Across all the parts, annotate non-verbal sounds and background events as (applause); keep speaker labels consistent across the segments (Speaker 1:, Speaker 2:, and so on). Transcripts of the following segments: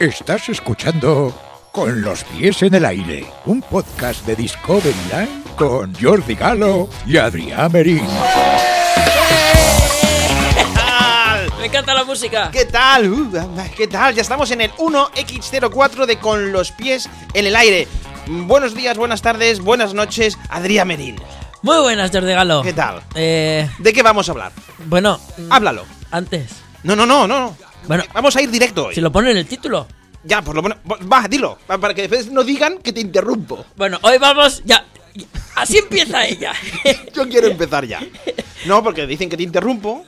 Speaker 1: Estás escuchando Con los pies en el aire, un podcast de Discovery Line con Jordi Galo y Adrián Merín.
Speaker 2: Me encanta la música.
Speaker 3: ¿Qué tal? Uh, ¿Qué tal? Ya estamos en el 1X04 de Con los pies en el aire. Buenos días, buenas tardes, buenas noches, Adrián Merín.
Speaker 2: Muy buenas, Jordi Galo.
Speaker 3: ¿Qué tal? Ah.
Speaker 2: Eh,
Speaker 3: ¿De qué vamos a hablar?
Speaker 2: bueno, mm,
Speaker 3: Háblalo.
Speaker 2: antes,
Speaker 3: No, no, no, no.
Speaker 2: Bueno.
Speaker 3: vamos a ir directo hoy.
Speaker 2: si lo pone en el título.
Speaker 3: Ya, por lo menos. Va, dilo. pa- Para que después no digan que te interrumpo.
Speaker 2: Bueno, hoy vamos ya. Así empieza
Speaker 3: (laughs)
Speaker 2: ella.
Speaker 3: Yo quiero empezar ya. No, porque dicen que te interrumpo.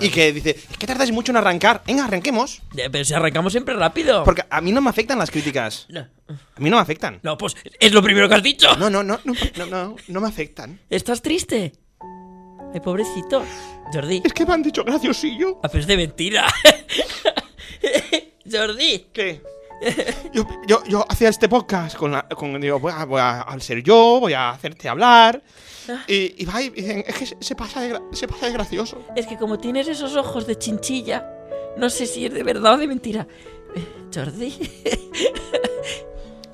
Speaker 3: Y que dice, es que tardáis mucho en arrancar. Venga, arranquemos.
Speaker 2: Ya, Pero si arrancamos siempre rápido.
Speaker 3: Porque a mí no me afectan las críticas.
Speaker 2: No,
Speaker 3: A mí no me afectan.
Speaker 2: no, pues es lo primero que has dicho.
Speaker 3: No, no, no, no, no, no, no me afectan.
Speaker 2: ¿Estás triste? Ay, pobrecito. Jordi.
Speaker 3: Es que me han dicho graciosillo.
Speaker 2: Ah, pero es de mentira. (laughs) Jordi.
Speaker 3: ¿Qué? Yo, yo, yo hacía este podcast con, la- con- digo, voy a, voy a- al ser yo, voy a hacerte hablar. Y, y va y dicen, es que se- se pasa de, gra- se pasa de gracioso.
Speaker 2: Es que como tienes esos ojos de chinchilla, no sé si es de verdad o de mentira. Eh, Jordi.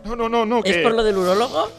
Speaker 3: No, no, no, no.
Speaker 2: ¿Es
Speaker 3: que-
Speaker 2: por lo del urólogo?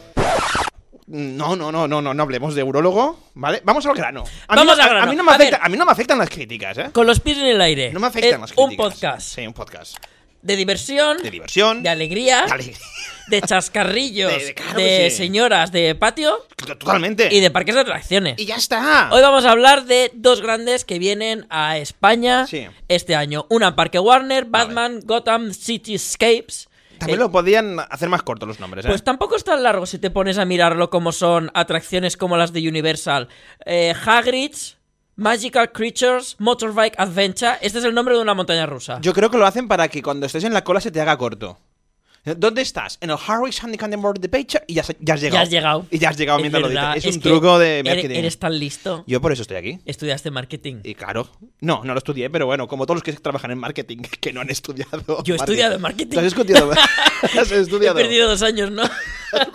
Speaker 3: No, no, no, no, no, no hablemos de urólogo, ¿vale? Vamos al grano. A mí
Speaker 2: Vamos
Speaker 3: no-
Speaker 2: al
Speaker 3: a-
Speaker 2: grano.
Speaker 3: A mí, no me
Speaker 2: A
Speaker 3: afecta-
Speaker 2: ver.
Speaker 3: a mí no me afectan las críticas, ¿eh?
Speaker 2: Con los pies en el aire.
Speaker 3: No me afectan
Speaker 2: Es
Speaker 3: las críticas.
Speaker 2: Un podcast
Speaker 3: Sí, un podcast.
Speaker 2: de diversión,
Speaker 3: De diversión.
Speaker 2: de alegría,
Speaker 3: Dale. (laughs)
Speaker 2: de chascarrillos,
Speaker 3: De-
Speaker 2: de,
Speaker 3: de- claro que sí.
Speaker 2: señoras de patio
Speaker 3: Totalmente.
Speaker 2: y de parques de atracciones.
Speaker 3: Y ya está.
Speaker 2: Hoy vamos a hablar de dos grandes que vienen a España
Speaker 3: Sí.
Speaker 2: este año. Una en Parque Warner, Batman, Gotham Cityscapes.
Speaker 3: También
Speaker 2: Eh,
Speaker 3: lo podían hacer más cortos los nombres, ¿eh?
Speaker 2: Pues tampoco es tan largo si te pones a mirarlo como son atracciones como las de Universal. Eh, Hagrid's, Magical Creatures, Motorbike Adventure. Este es el nombre de una montaña rusa.
Speaker 3: Yo creo que lo hacen para que cuando estés en la cola se te haga corto. ¿Dónné estás? En el Harwich Sandy Candy Board de Pecha y ya, se- ya has llegado.
Speaker 2: Ya has llegado.
Speaker 3: Y ya has llegado
Speaker 2: Es
Speaker 3: mientras lo
Speaker 2: verdad,
Speaker 3: dices. Es, un
Speaker 2: que
Speaker 3: truco de
Speaker 2: eres-
Speaker 3: marketing.
Speaker 2: Eres, tan listo.
Speaker 3: Yo por eso estoy aquí.
Speaker 2: Estudiaste marketing.
Speaker 3: Y claro, no, no lo estudié, pero bueno, como todos los que trabajan en marketing (laughs) que no han estudiado.
Speaker 2: Yo he estudiado marketing.
Speaker 3: ¿Lo
Speaker 2: (laughs)
Speaker 3: has estudiado? has estudiado.
Speaker 2: He perdido dos años,
Speaker 3: (laughs)
Speaker 2: ¿no?
Speaker 3: Has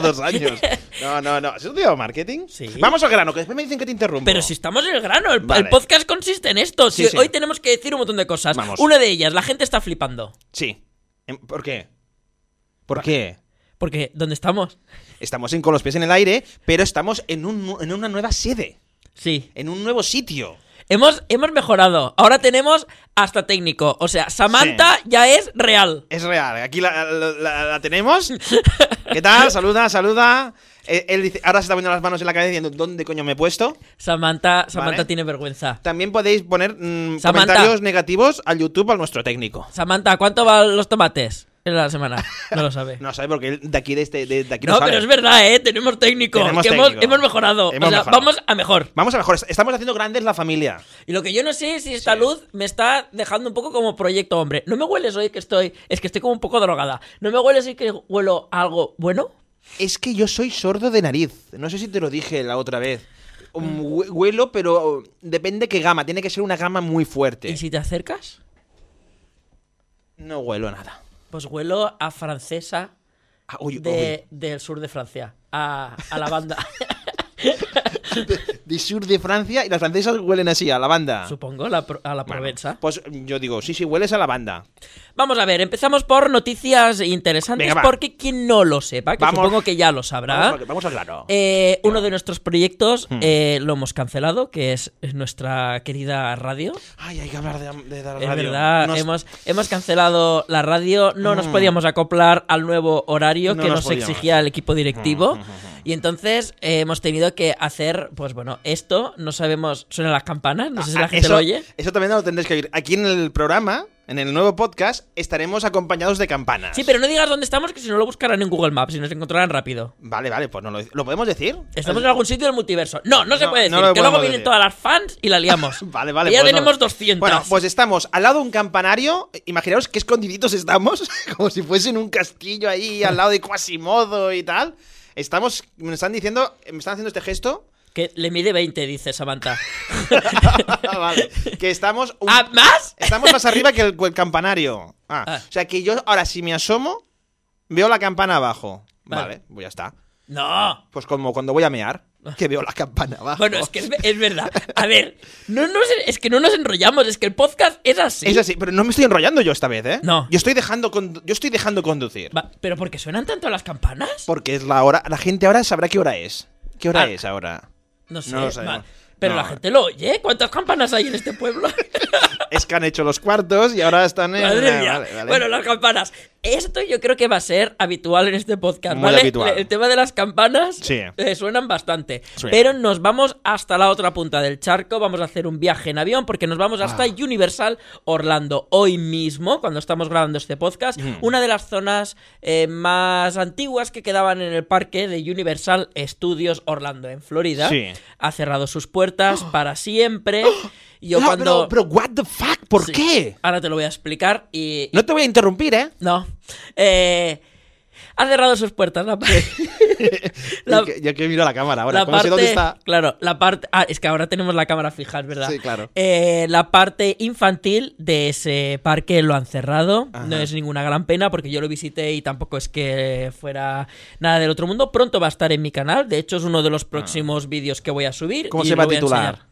Speaker 2: (laughs)
Speaker 3: dos años. No, no, no. ¿Has estudiado marketing?
Speaker 2: Sí.
Speaker 3: Vamos al grano, que después me dicen que te interrumpo.
Speaker 2: Pero si estamos en el grano, el,
Speaker 3: Vale.
Speaker 2: el podcast consiste en esto. Si
Speaker 3: Sí, sí.
Speaker 2: Hoy tenemos que decir un montón de cosas.
Speaker 3: Vamos.
Speaker 2: Una de ellas, la gente está flipando.
Speaker 3: Sí. Em, ¿Por qué? ¿Por qué?
Speaker 2: Porque, ¿dónde estamos?
Speaker 3: Estamos en- con los pies en el aire, pero estamos en, un nu- en una nueva sede.
Speaker 2: Sí.
Speaker 3: en un nuevo sitio.
Speaker 2: Hemos, hemos mejorado. Ahora tenemos hasta técnico. O sea, Samantha ya es real.
Speaker 3: Es real, aquí la, la- la- la (laughs) tenemos. ¿Qué tal? Saluda, saluda. Eh, Él dice, ahora se está poniendo las manos en la cabeza diciendo, ¿dónde coño me he puesto?
Speaker 2: Samantha, Samantha
Speaker 3: Vale.
Speaker 2: tiene vergüenza.
Speaker 3: También podéis poner mm,
Speaker 2: Samantha.
Speaker 3: comentarios negativos al YouTube, al nuestro técnico.
Speaker 2: Samantha, ¿cuánto van los tomates en la
Speaker 3: (laughs)
Speaker 2: semana? No lo sabe.
Speaker 3: No sabe porque él de aquí, de este, de, de aquí no,
Speaker 2: No,
Speaker 3: sabe.
Speaker 2: pero es verdad, ¿eh? Tenemos técnico.
Speaker 3: Tenemos
Speaker 2: que hemos-
Speaker 3: técnico.
Speaker 2: Hemos, mejorado.
Speaker 3: Hemos
Speaker 2: o sea,
Speaker 3: mejorado.
Speaker 2: vamos a mejor.
Speaker 3: Vamos a mejor, est- estamos haciendo grandes la familia.
Speaker 2: Y lo que yo no sé es si esta luz me está dejando un poco como proyecto hombre. No me hueles hoy que estoy... Es que estoy como un poco drogada. ¿No me hueles hoy que huelo a algo bueno?
Speaker 3: Es que yo soy sordo de nariz. No sé si te lo dije la otra vez. Um, hue- Huelo, pero depende qué gama. Tiene que ser una gama muy fuerte.
Speaker 2: ¿Y si te acercas?
Speaker 3: No huelo nada.
Speaker 2: Pues huelo a francesa
Speaker 3: Ah, uy,
Speaker 2: de- del sur de Francia. A, a la
Speaker 3: (laughs)
Speaker 2: banda, (laughs)
Speaker 3: de sur de Francia y las francesas huelen así, a lavanda.
Speaker 2: supongo, la pro- a la
Speaker 3: Bueno,
Speaker 2: Provenza.
Speaker 3: Pues yo digo, sí, sí, hueles a lavanda.
Speaker 2: Vamos a ver, empezamos por noticias interesantes
Speaker 3: Venga, va.
Speaker 2: porque quien no lo sepa, que
Speaker 3: Vamos.
Speaker 2: supongo que ya lo sabrá...
Speaker 3: Vamos, al- vamos al grano.
Speaker 2: Eh, uno de nuestros proyectos
Speaker 3: Hmm.
Speaker 2: eh, lo hemos cancelado, que es nuestra querida radio.
Speaker 3: Ay, hay que hablar de, de la
Speaker 2: Es
Speaker 3: radio.
Speaker 2: verdad,
Speaker 3: Nos- Hmm.
Speaker 2: hemos, hemos cancelado la radio, no nos podíamos acoplar al nuevo horario
Speaker 3: No
Speaker 2: que
Speaker 3: nos
Speaker 2: nos,
Speaker 3: podíamos. Hmm,
Speaker 2: exigía el equipo directivo. Y entonces eh, hemos tenido que hacer, pues bueno, esto, no sabemos, suenan las campanas, no sé si
Speaker 3: Ah,
Speaker 2: la gente
Speaker 3: eso,
Speaker 2: lo oye.
Speaker 3: Eso también lo tendréis que oír. Aquí en el programa, en el nuevo podcast, estaremos acompañados de campanas.
Speaker 2: Sí, pero no digas dónde estamos, que si no lo buscarán en Google Maps y nos encontrarán rápido.
Speaker 3: Vale, vale, pues no lo, ¿lo podemos decir.
Speaker 2: Estamos en algún sitio del multiverso. No, no, se
Speaker 3: Eh, No,
Speaker 2: puede decir,
Speaker 3: no lo
Speaker 2: que luego
Speaker 3: podemos
Speaker 2: vienen
Speaker 3: decir.
Speaker 2: todas las fans y la liamos.
Speaker 3: (laughs) Vale, vale.
Speaker 2: Y ya
Speaker 3: pues no.
Speaker 2: tenemos 200.
Speaker 3: Bueno, pues estamos al lado de un campanario. Imaginaos qué escondiditos estamos, (laughs) como si fuese en un castillo ahí, al lado de Quasimodo y tal. Estamos, me están diciendo, me están haciendo este gesto. (laughs)
Speaker 2: Que le mide 20, dice Samantha.
Speaker 3: vale, que estamos, un-
Speaker 2: ¿Ah, más?
Speaker 3: estamos más arriba que el, el campanario. Ah,
Speaker 2: Ah.
Speaker 3: O sea que yo ahora si me asomo, veo la campana abajo.
Speaker 2: Vale.
Speaker 3: Vale, pues ya está.
Speaker 2: No.
Speaker 3: Pues como cuando voy a mear. que veo la campana abajo.
Speaker 2: Ah. (laughs) Bueno, es que es, ve- es verdad. A ver, no nos- es que no nos enrollamos, es que el podcast es así.
Speaker 3: Es así, pero no me estoy enrollando yo esta vez, ¿eh?
Speaker 2: No.
Speaker 3: Yo estoy dejando, con- yo estoy dejando conducir.
Speaker 2: Va, ¿Pero por qué suenan tanto las campanas?
Speaker 3: Porque es la hora. La gente ahora sabrá qué hora es. ¿Qué hora
Speaker 2: Ah.
Speaker 3: es ahora?
Speaker 2: No sé.
Speaker 3: No lo
Speaker 2: va,
Speaker 3: sabemos.
Speaker 2: Pero
Speaker 3: No.
Speaker 2: la gente lo oye. ¿Cuántas campanas hay en este pueblo?
Speaker 3: (laughs) Es que han hecho los cuartos y ahora están en.
Speaker 2: Madre mía.
Speaker 3: Vale, vale.
Speaker 2: Bueno, las campanas. Esto yo creo que va a ser habitual en este podcast,
Speaker 3: Muy
Speaker 2: ¿vale?
Speaker 3: habitual.
Speaker 2: Le- El tema de las campanas
Speaker 3: Sí.
Speaker 2: eh, suenan bastante.
Speaker 3: Sí.
Speaker 2: Pero nos vamos hasta la otra punta del charco. Vamos a hacer un viaje en avión porque nos vamos hasta
Speaker 3: Ah.
Speaker 2: Universal Orlando. Hoy mismo, cuando estamos grabando este podcast,
Speaker 3: Mm.
Speaker 2: una de las zonas eh, más antiguas que quedaban en el parque de Universal Studios Orlando, en Florida,
Speaker 3: Sí.
Speaker 2: ha cerrado sus
Speaker 3: (gasps)
Speaker 2: puertas para siempre. Yo
Speaker 3: No,
Speaker 2: cuando...
Speaker 3: pero, pero, ¿what the fuck? ¿Por
Speaker 2: Sí.
Speaker 3: qué?
Speaker 2: Ahora te lo voy a explicar y...
Speaker 3: No te voy a interrumpir, ¿eh?
Speaker 2: No. Eh, ha cerrado sus puertas la,
Speaker 3: (laughs)
Speaker 2: par- La-
Speaker 3: Yo que- yo que miro a la cámara ahora.
Speaker 2: la
Speaker 3: como sé
Speaker 2: parte...
Speaker 3: dónde está.
Speaker 2: Claro, la parte... Ah, es que ahora tenemos la cámara fija, es verdad.
Speaker 3: Sí, claro.
Speaker 2: Eh, la parte infantil de ese parque lo han cerrado.
Speaker 3: Ajá.
Speaker 2: No es ninguna gran pena porque yo lo visité y tampoco es que fuera nada del otro mundo. Pronto va a estar en mi canal. De hecho, es uno de los próximos vídeos que voy a subir.
Speaker 3: Ah. ¿Cómo
Speaker 2: y
Speaker 3: se va a
Speaker 2: lo voy
Speaker 3: titular?
Speaker 2: enseñar.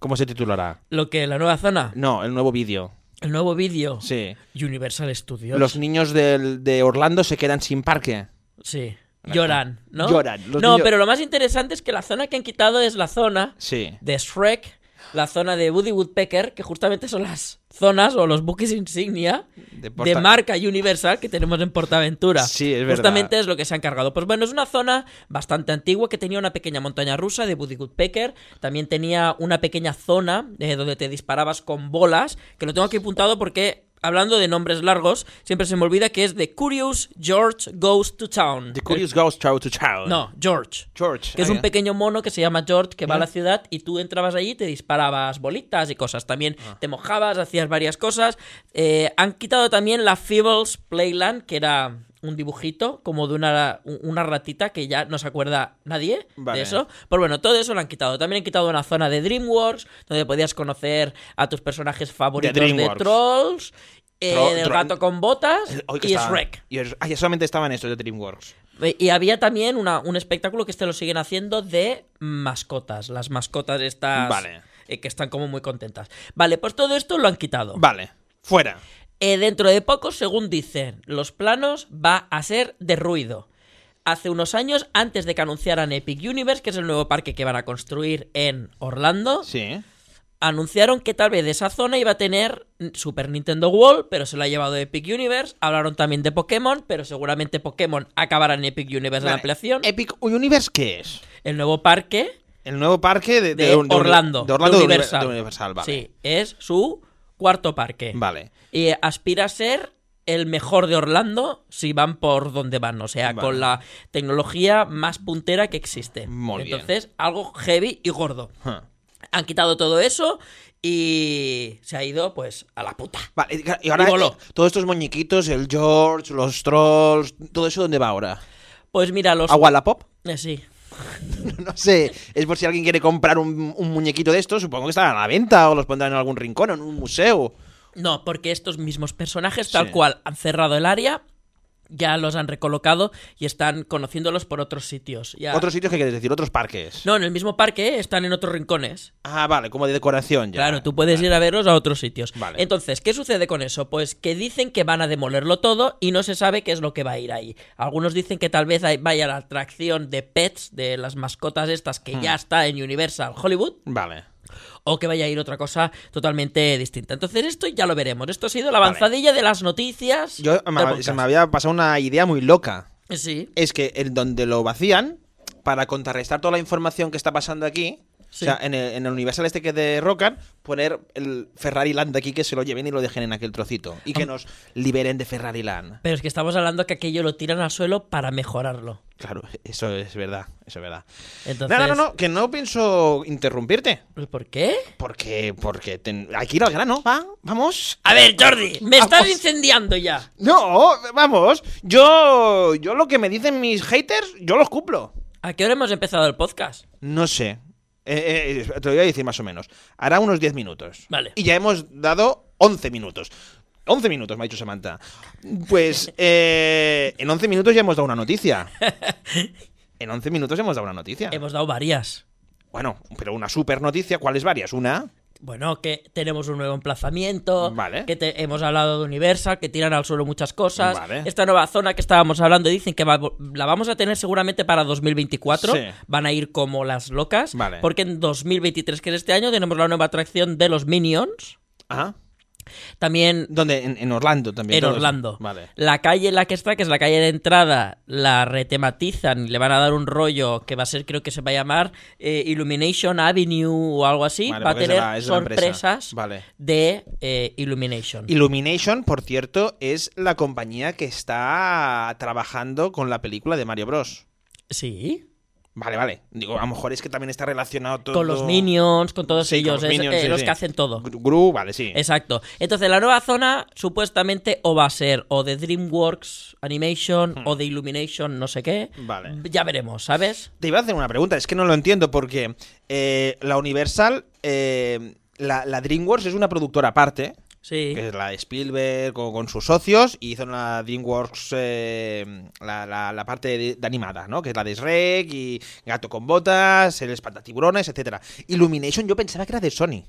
Speaker 3: ¿Cómo se titulará?
Speaker 2: Lo que la nueva zona.
Speaker 3: No, el nuevo vídeo.
Speaker 2: El nuevo vídeo.
Speaker 3: Sí.
Speaker 2: Universal Studios.
Speaker 3: Los niños del- de Orlando se quedan sin parque.
Speaker 2: Sí. Lloran, ¿no?
Speaker 3: Lloran, los
Speaker 2: no,
Speaker 3: niños-
Speaker 2: pero lo más interesante es que la zona que han quitado es la zona
Speaker 3: Sí.
Speaker 2: de Shrek, la zona de Woody Woodpecker, que justamente son las zonas o los buques insignia
Speaker 3: De
Speaker 2: de,
Speaker 3: Porta-
Speaker 2: marca Universal que tenemos en Portaventura.
Speaker 3: Sí, es verdad.
Speaker 2: Justamente es lo que se han cargado. Pues bueno, es una zona bastante antigua que tenía una pequeña montaña rusa de Woody Woodpecker. También tenía una pequeña zona eh, donde te disparabas con bolas, que lo tengo aquí apuntado porque... Hablando de nombres largos, siempre se me olvida que es The Curious George Goes to Town.
Speaker 3: The
Speaker 2: El-
Speaker 3: Curious Ghost Chow to Chow.
Speaker 2: Eh, no, George.
Speaker 3: George.
Speaker 2: Que es
Speaker 3: ah,
Speaker 2: un
Speaker 3: ya.
Speaker 2: pequeño mono que se llama George, que va a la ciudad y tú entrabas allí y te disparabas bolitas y cosas. También
Speaker 3: Ah.
Speaker 2: te mojabas, hacías varias cosas. Eh, han quitado también la Feebles Playland, que era un dibujito como de una, una ratita que ya no se acuerda nadie
Speaker 3: Vale.
Speaker 2: de eso. Pero bueno, todo eso lo han quitado. También han quitado una zona de DreamWorks, donde podías conocer a tus personajes favoritos de,
Speaker 3: DreamWorks.
Speaker 2: Trolls, eh,
Speaker 3: Tro-
Speaker 2: del
Speaker 3: Tro-
Speaker 2: gato con botas
Speaker 3: Hoy que
Speaker 2: y
Speaker 3: estaban-
Speaker 2: Shrek.
Speaker 3: y es- ah, ya solamente estaban estos de DreamWorks.
Speaker 2: Eh, Y había también una- un espectáculo que este lo siguen haciendo de mascotas. Las mascotas estas.
Speaker 3: Vale.
Speaker 2: eh, que están como muy contentas. Vale, pues todo esto lo han quitado.
Speaker 3: Vale. Fuera.
Speaker 2: Eh, dentro de poco, según dicen los planos, va a ser de ruido. Hace unos años, antes de que anunciaran Epic Universe, que es el nuevo parque que van a construir en Orlando,
Speaker 3: Sí.
Speaker 2: anunciaron que tal vez esa zona iba a tener Super Nintendo World, pero se la ha llevado Epic Universe. Hablaron también de Pokémon, pero seguramente Pokémon acabará en Epic Universe en la
Speaker 3: Vale.
Speaker 2: ampliación.
Speaker 3: Epic Universe, ¿qué es?
Speaker 2: El nuevo parque
Speaker 3: El nuevo parque
Speaker 2: de,
Speaker 3: de, de- de Uni-
Speaker 2: Orlando.
Speaker 3: De Orlando de Uni-
Speaker 2: Universal.
Speaker 3: de Universal, vale.
Speaker 2: Sí, es su cuarto parque.
Speaker 3: Vale.
Speaker 2: Y aspira a ser el mejor de Orlando si van por donde van, o sea,
Speaker 3: Vale.
Speaker 2: con la tecnología más puntera que existe.
Speaker 3: Muy bien.
Speaker 2: Entonces, algo heavy y gordo.
Speaker 3: Huh.
Speaker 2: Han quitado todo eso y se ha ido pues a la puta.
Speaker 3: Vale, y- y ahora
Speaker 2: Y voló.
Speaker 3: eh, todos estos muñequitos, el George, los trolls, todo eso, ¿dónde va ahora?
Speaker 2: Pues mira, los...
Speaker 3: ¿A Wallapop?
Speaker 2: Eh, sí.
Speaker 3: (laughs) No sé, es por si alguien quiere comprar un, un muñequito de estos, supongo que estarán a la venta o los pondrán en algún rincón, en un museo.
Speaker 2: No, porque estos mismos personajes, tal
Speaker 3: Sí.
Speaker 2: cual, han cerrado el área, ya los han recolocado y están conociéndolos por otros sitios. Ya-
Speaker 3: Otros sitios que quieres decir, otros parques.
Speaker 2: No, en el mismo parque ¿eh? están en otros rincones.
Speaker 3: Ah, vale, como de decoración ya.
Speaker 2: Claro, tú puedes ir a verlos a otros sitios.
Speaker 3: Vale.
Speaker 2: Entonces, ¿qué sucede con eso? Pues que dicen que van a demolerlo todo y no se sabe qué es lo que va a ir ahí. Algunos dicen que tal vez ahí vaya la atracción de pets, de las mascotas estas
Speaker 3: Hmm.
Speaker 2: que ya está en Universal Hollywood,
Speaker 3: Vale.
Speaker 2: o que vaya a ir otra cosa totalmente distinta. Entonces, esto ya lo veremos. Esto ha sido la avanzadilla de las noticias.
Speaker 3: Yo,
Speaker 2: del
Speaker 3: me- se
Speaker 2: podcast.
Speaker 3: me había pasado una idea muy loca.
Speaker 2: Sí.
Speaker 3: es que en donde lo vacían, para contrarrestar toda la información que está pasando aquí,
Speaker 2: Sí.
Speaker 3: o sea, en el, en el Universal este que de Rocan, poner el Ferrari Land aquí que se lo lleven y lo dejen en aquel trocito. Y que nos liberen de Ferrari Land.
Speaker 2: Pero es que estamos hablando que aquello lo tiran al suelo para mejorarlo.
Speaker 3: Claro, eso es verdad, eso es verdad.
Speaker 2: Entonces,
Speaker 3: No, no, no, no, que no pienso interrumpirte.
Speaker 2: ¿Por qué?
Speaker 3: Porque, porque ten- hay que ir al grano, va, vamos.
Speaker 2: A ver, Jordi, me estás
Speaker 3: Vamos.
Speaker 2: incendiando ya.
Speaker 3: No, vamos. Yo, yo lo que me dicen mis haters, yo los cumplo.
Speaker 2: ¿A qué hora hemos empezado el podcast?
Speaker 3: No sé. Eh, eh, te lo voy a decir más o menos. Hará unos 10 minutos.
Speaker 2: Vale.
Speaker 3: Y ya hemos dado 11 minutos. 11 minutos, me ha dicho
Speaker 2: (laughs)
Speaker 3: Samantha. Pues eh, en 11 minutos ya hemos dado una noticia. En 11 minutos hemos dado una noticia.
Speaker 2: Hemos dado varias.
Speaker 3: Bueno, pero una super noticia, ¿cuáles varias? Una.
Speaker 2: Bueno, que tenemos un nuevo emplazamiento,
Speaker 3: Vale.
Speaker 2: que te- hemos hablado de Universal, que tiran al suelo muchas cosas.
Speaker 3: Vale.
Speaker 2: Esta nueva zona que estábamos hablando dicen que va- la vamos a tener seguramente para 2024.
Speaker 3: Sí.
Speaker 2: Van a ir como las locas.
Speaker 3: Vale.
Speaker 2: Porque en 2023, que es este año, tenemos la nueva atracción de los Minions.
Speaker 3: Ajá.
Speaker 2: También
Speaker 3: ¿ah? ¿Dónde? En, en Orlando también.
Speaker 2: en
Speaker 3: todos.
Speaker 2: Orlando.
Speaker 3: Vale.
Speaker 2: La calle en la que está, que es la calle de entrada, la retematizan y le van a dar un rollo que va a ser, creo que se va a llamar eh, Illumination Avenue o algo así.
Speaker 3: Vale,
Speaker 2: va a
Speaker 3: porque es
Speaker 2: tener
Speaker 3: de la- es de la empresa.
Speaker 2: sorpresas
Speaker 3: Vale.
Speaker 2: de eh, Illumination.
Speaker 3: Illumination, por cierto, es la compañía que está trabajando con la película de Mario Bros.
Speaker 2: Sí.
Speaker 3: Vale, vale. Digo, a lo mejor es que también está relacionado todo.
Speaker 2: Con los Minions, con todos
Speaker 3: Sí, con
Speaker 2: ellos,
Speaker 3: los
Speaker 2: es-
Speaker 3: Minions,
Speaker 2: eh,
Speaker 3: sí,
Speaker 2: los
Speaker 3: sí.
Speaker 2: que hacen todo.
Speaker 3: Gru, Gru, vale, sí.
Speaker 2: Exacto. Entonces, la nueva zona supuestamente o va a ser o de DreamWorks Animation o de Illumination, no sé qué.
Speaker 3: Hmm. Vale.
Speaker 2: Ya veremos, ¿sabes?
Speaker 3: Te iba a hacer una pregunta, es que no lo entiendo porque eh, la Universal, eh, la, la DreamWorks es una productora aparte,
Speaker 2: Sí.
Speaker 3: que es la Spielberg con, con sus socios, y hizo la DreamWorks eh, la, la- la parte de, de animada, ¿no? Que es la de Shrek y Gato con Botas, El Espantatiburones, etcétera. Illumination yo pensaba que era de Sony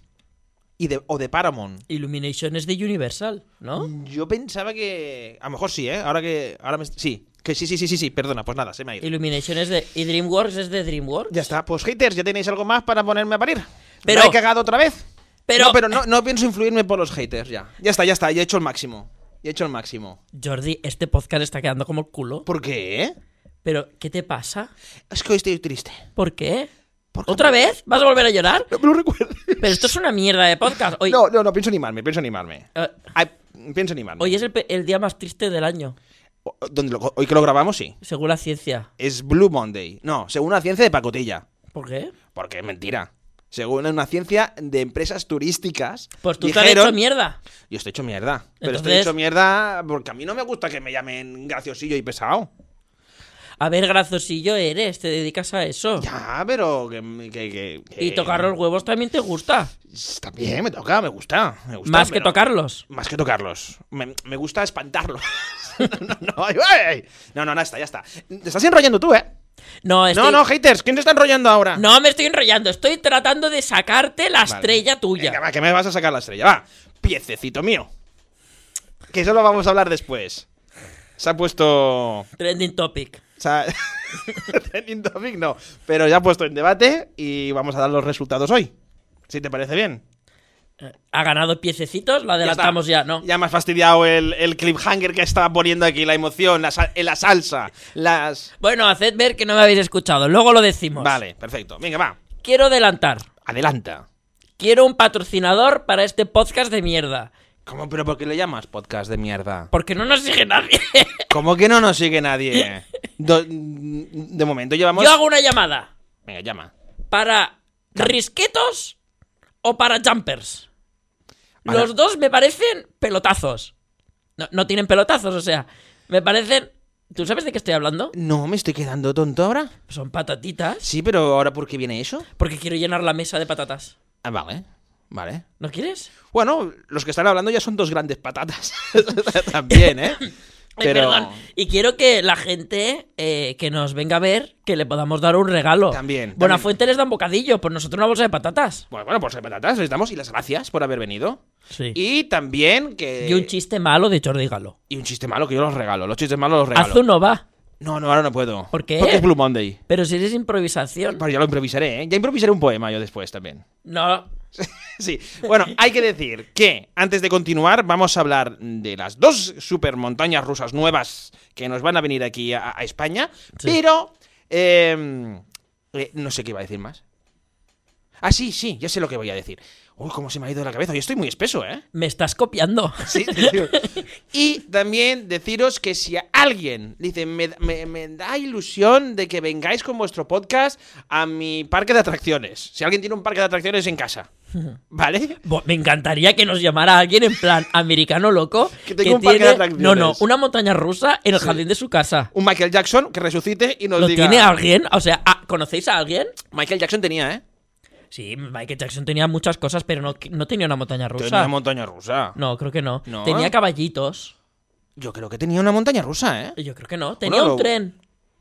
Speaker 3: y de, o de Paramount.
Speaker 2: Illumination es de Universal, ¿no?
Speaker 3: Yo pensaba que... A lo mejor sí, ¿eh? Ahora que... Ahora me- Sí, que sí, sí, sí, sí, sí, perdona, pues nada, se me ha ido.
Speaker 2: Illumination es de. ¿Y DreamWorks es de DreamWorks?
Speaker 3: Ya está, pues haters, ya tenéis algo más para ponerme a parir.
Speaker 2: Pero-
Speaker 3: ¿La he cagado otra vez.
Speaker 2: Pero-
Speaker 3: no, pero no, no pienso influirme por los haters, ya. Ya está, ya está, ya he hecho el máximo. Ya he hecho el máximo.
Speaker 2: Jordi, este podcast está quedando como el culo.
Speaker 3: ¿Por qué?
Speaker 2: ¿Pero qué te pasa?
Speaker 3: Es que hoy estoy triste.
Speaker 2: ¿Por qué?
Speaker 3: Porque-
Speaker 2: ¿Otra vez? ¿Vas a volver a llorar?
Speaker 3: No me lo recuerdes.
Speaker 2: Pero esto es una mierda de podcast. Hoy,
Speaker 3: No, no, no, pienso animarme, pienso animarme.
Speaker 2: eh,
Speaker 3: Ay, pienso animarme.
Speaker 2: hoy es el, pe- el día más triste del año,
Speaker 3: O- donde lo- hoy que lo grabamos, sí.
Speaker 2: según la ciencia.
Speaker 3: Es Blue Monday. No, según una ciencia de pacotilla.
Speaker 2: ¿Por qué?
Speaker 3: Porque es mentira. Según una ciencia de empresas turísticas.
Speaker 2: Pues tú te has
Speaker 3: dijeron-
Speaker 2: hecho mierda.
Speaker 3: Yo estoy hecho mierda. Pero estoy
Speaker 2: Entonces-
Speaker 3: hecho mierda porque a mí no me gusta que me llamen graciosillo y pesado.
Speaker 2: A ver, grazosillo eres, te dedicas a eso.
Speaker 3: Ya, eh, pero que... que- que- que-
Speaker 2: Y tocar los huevos también te gusta.
Speaker 3: También me toca, me gusta. me gusta,
Speaker 2: más que
Speaker 3: pero-
Speaker 2: tocarlos.
Speaker 3: Más que tocarlos. Me, me gusta
Speaker 2: (laughs)
Speaker 3: espantarlos. (laughs) no, no, no, ay, ay. no, no, ya está, ya está. Te estás enrollando tú, ¿eh?
Speaker 2: No, estoy...
Speaker 3: No, no, haters, ¿quién se está enrollando ahora?
Speaker 2: No, me estoy enrollando. Estoy tratando de sacarte la
Speaker 3: Vale.
Speaker 2: estrella tuya.
Speaker 3: Venga, va, que me vas a sacar la estrella. Va, piececito mío. Que eso lo vamos a hablar después. Se ha puesto...
Speaker 2: Trending topic.
Speaker 3: O (laughs) sea, trending topic no, pero ya puesto en debate y vamos a dar los resultados hoy. Si te parece bien.
Speaker 2: Ha ganado piececitos, lo
Speaker 3: Ya está.
Speaker 2: adelantamos ya, ¿no?
Speaker 3: Ya me has fastidiado el, el cliffhanger que estaba poniendo aquí, la emoción, la, sal- eh, la salsa, las...
Speaker 2: Bueno, haced ver que no me habéis escuchado. Luego lo decimos.
Speaker 3: Vale, perfecto. Venga, va.
Speaker 2: Quiero adelantar.
Speaker 3: Adelanta.
Speaker 2: Quiero un patrocinador para este podcast de mierda.
Speaker 3: ¿Cómo? ¿Pero por qué le llamas podcast de mierda?
Speaker 2: Porque no nos sigue nadie.
Speaker 3: ¿Cómo que no nos sigue nadie? Do- de momento llevamos...
Speaker 2: Yo hago una llamada.
Speaker 3: Venga, llama.
Speaker 2: ¿Para risquetos o para jumpers?
Speaker 3: Para-
Speaker 2: Los dos me parecen pelotazos. No, no tienen pelotazos, o sea, me parecen... ¿Tú sabes de qué estoy hablando?
Speaker 3: No, me estoy quedando tonto ahora.
Speaker 2: Son patatitas.
Speaker 3: Sí, pero ahora ¿por qué viene eso?
Speaker 2: Porque quiero llenar la mesa de patatas.
Speaker 3: Ah, vale. Vale.
Speaker 2: ¿No quieres?
Speaker 3: Bueno, los que están hablando ya son dos grandes patatas. (laughs) También, ¿eh?
Speaker 2: Ay,
Speaker 3: Pero
Speaker 2: perdón. Y quiero que la gente eh, que nos venga a ver, que le podamos dar un regalo.
Speaker 3: También, también.
Speaker 2: Buenafuente les dan bocadillo, pues nosotros una bolsa de patatas.
Speaker 3: bueno, bueno, pues de patatas les damos y las gracias por haber venido.
Speaker 2: Sí. Y, eh,
Speaker 3: Y también que
Speaker 2: un chiste malo de Jordi Galo.
Speaker 3: y un chiste malo que yo los regalo. Los chistes malos los regalo.
Speaker 2: Haz uno, va.
Speaker 3: No, no, ahora no puedo.
Speaker 2: ¿Por qué?
Speaker 3: Porque es Blue Monday.
Speaker 2: Pero si eres improvisación.
Speaker 3: Pero ya lo improvisaré, ¿eh? Ya improvisaré un poema yo después también.
Speaker 2: No.
Speaker 3: (laughs) Sí, bueno, hay que decir que antes de continuar vamos a hablar de las dos super montañas rusas nuevas que nos van a venir aquí a, a España,
Speaker 2: Sí.
Speaker 3: pero eh, eh, no sé qué iba a decir más. Ah, sí, sí, ya sé lo que voy a decir. Uy, cómo se me ha ido la cabeza, yo estoy muy espeso, ¿eh?
Speaker 2: Me estás copiando.
Speaker 3: Sí, tío. y también deciros que si a alguien dice, me, me- me da ilusión de que vengáis con vuestro podcast a mi parque de atracciones. Si alguien tiene un parque de atracciones en casa, ¿vale?
Speaker 2: Bo- Me encantaría que nos llamara alguien en plan americano loco.
Speaker 3: (laughs) Que tenga un parque de atracciones.
Speaker 2: No, no, una montaña rusa en el jardín de su casa.
Speaker 3: Un Michael Jackson que resucite y nos
Speaker 2: ¿Lo
Speaker 3: diga.
Speaker 2: tiene alguien? O sea, ¿ah, ¿conocéis a alguien?
Speaker 3: Michael Jackson tenía, ¿eh?
Speaker 2: Sí, Michael Jackson tenía muchas cosas, pero no, no tenía una montaña rusa.
Speaker 3: Tenía montaña rusa.
Speaker 2: No, creo que no.
Speaker 3: ¿No?
Speaker 2: Tenía caballitos.
Speaker 3: Yo creo que tenía una montaña rusa, ¿eh?
Speaker 2: Yo creo que no. Tenía
Speaker 3: Bueno,
Speaker 2: un
Speaker 3: lo-
Speaker 2: tren.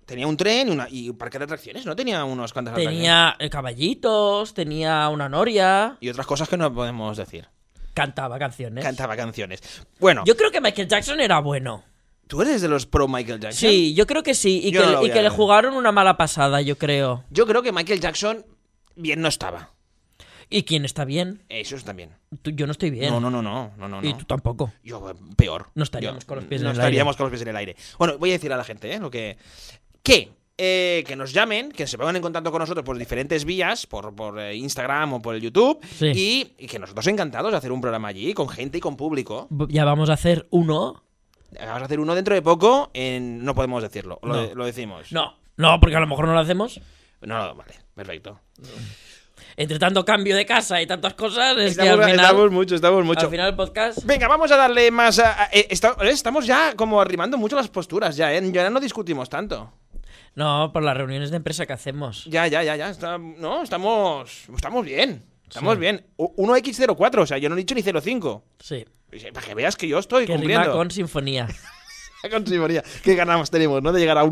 Speaker 3: Tenía un tren y, una, y un parque de atracciones, ¿no? Tenía unos cuantas atracciones.
Speaker 2: Tenía eh, caballitos, tenía una noria,
Speaker 3: Y otras cosas que no podemos decir.
Speaker 2: cantaba canciones.
Speaker 3: Cantaba canciones. Bueno,
Speaker 2: Yo creo que Michael Jackson era bueno.
Speaker 3: tú eres de los pro Michael Jackson.
Speaker 2: Sí, yo creo que sí. Y
Speaker 3: Yo
Speaker 2: que,
Speaker 3: no lo
Speaker 2: y
Speaker 3: voy a
Speaker 2: que le
Speaker 3: ver.
Speaker 2: jugaron una mala pasada, yo creo.
Speaker 3: Yo creo que Michael Jackson bien no estaba.
Speaker 2: ¿Y quién está bien?
Speaker 3: Eso es también.
Speaker 2: Tú- yo no estoy bien.
Speaker 3: No, no, no, no, no, no.
Speaker 2: Y
Speaker 3: no.
Speaker 2: tú tampoco.
Speaker 3: Yo, eh, peor.
Speaker 2: No estaríamos
Speaker 3: Yo,
Speaker 2: con los pies
Speaker 3: no
Speaker 2: en el
Speaker 3: estaríamos con los pies en el aire. Bueno, voy a decir a la gente, ¿eh? Lo que. Que. eh, que nos llamen, que se pongan en contacto con nosotros por diferentes vías, por, por eh, Instagram o por el YouTube,
Speaker 2: Sí.
Speaker 3: y, y que nosotros encantados de hacer un programa allí, con gente y con público.
Speaker 2: B- Ya vamos a hacer uno.
Speaker 3: Vamos a hacer uno dentro de poco, en- no podemos decirlo, lo,
Speaker 2: No.
Speaker 3: lo decimos.
Speaker 2: No, no, porque a lo mejor no lo hacemos.
Speaker 3: No, no, vale, perfecto.
Speaker 2: Entre tanto cambio de casa y tantas cosas, es que
Speaker 3: Estamos,
Speaker 2: al final,
Speaker 3: estamos mucho, estamos mucho.
Speaker 2: al final el podcast.
Speaker 3: Venga, vamos a darle más a... a- eh, esta- eh, estamos ya como arrimando mucho las posturas, ya, ¿eh? Ya no discutimos tanto.
Speaker 2: No, por las reuniones de empresa que hacemos.
Speaker 3: Ya, ya, ya, ya. está- no, estamos. Estamos bien. Estamos bien. U- 1x04, o sea, yo no he dicho ni 05.
Speaker 2: Sí.
Speaker 3: Eh, Para que veas que yo estoy
Speaker 2: Que rima
Speaker 3: cumpliendo.
Speaker 2: con sinfonía.
Speaker 3: (laughs) Con Simoría. ¿Qué ganamos tenemos, no? De llegar a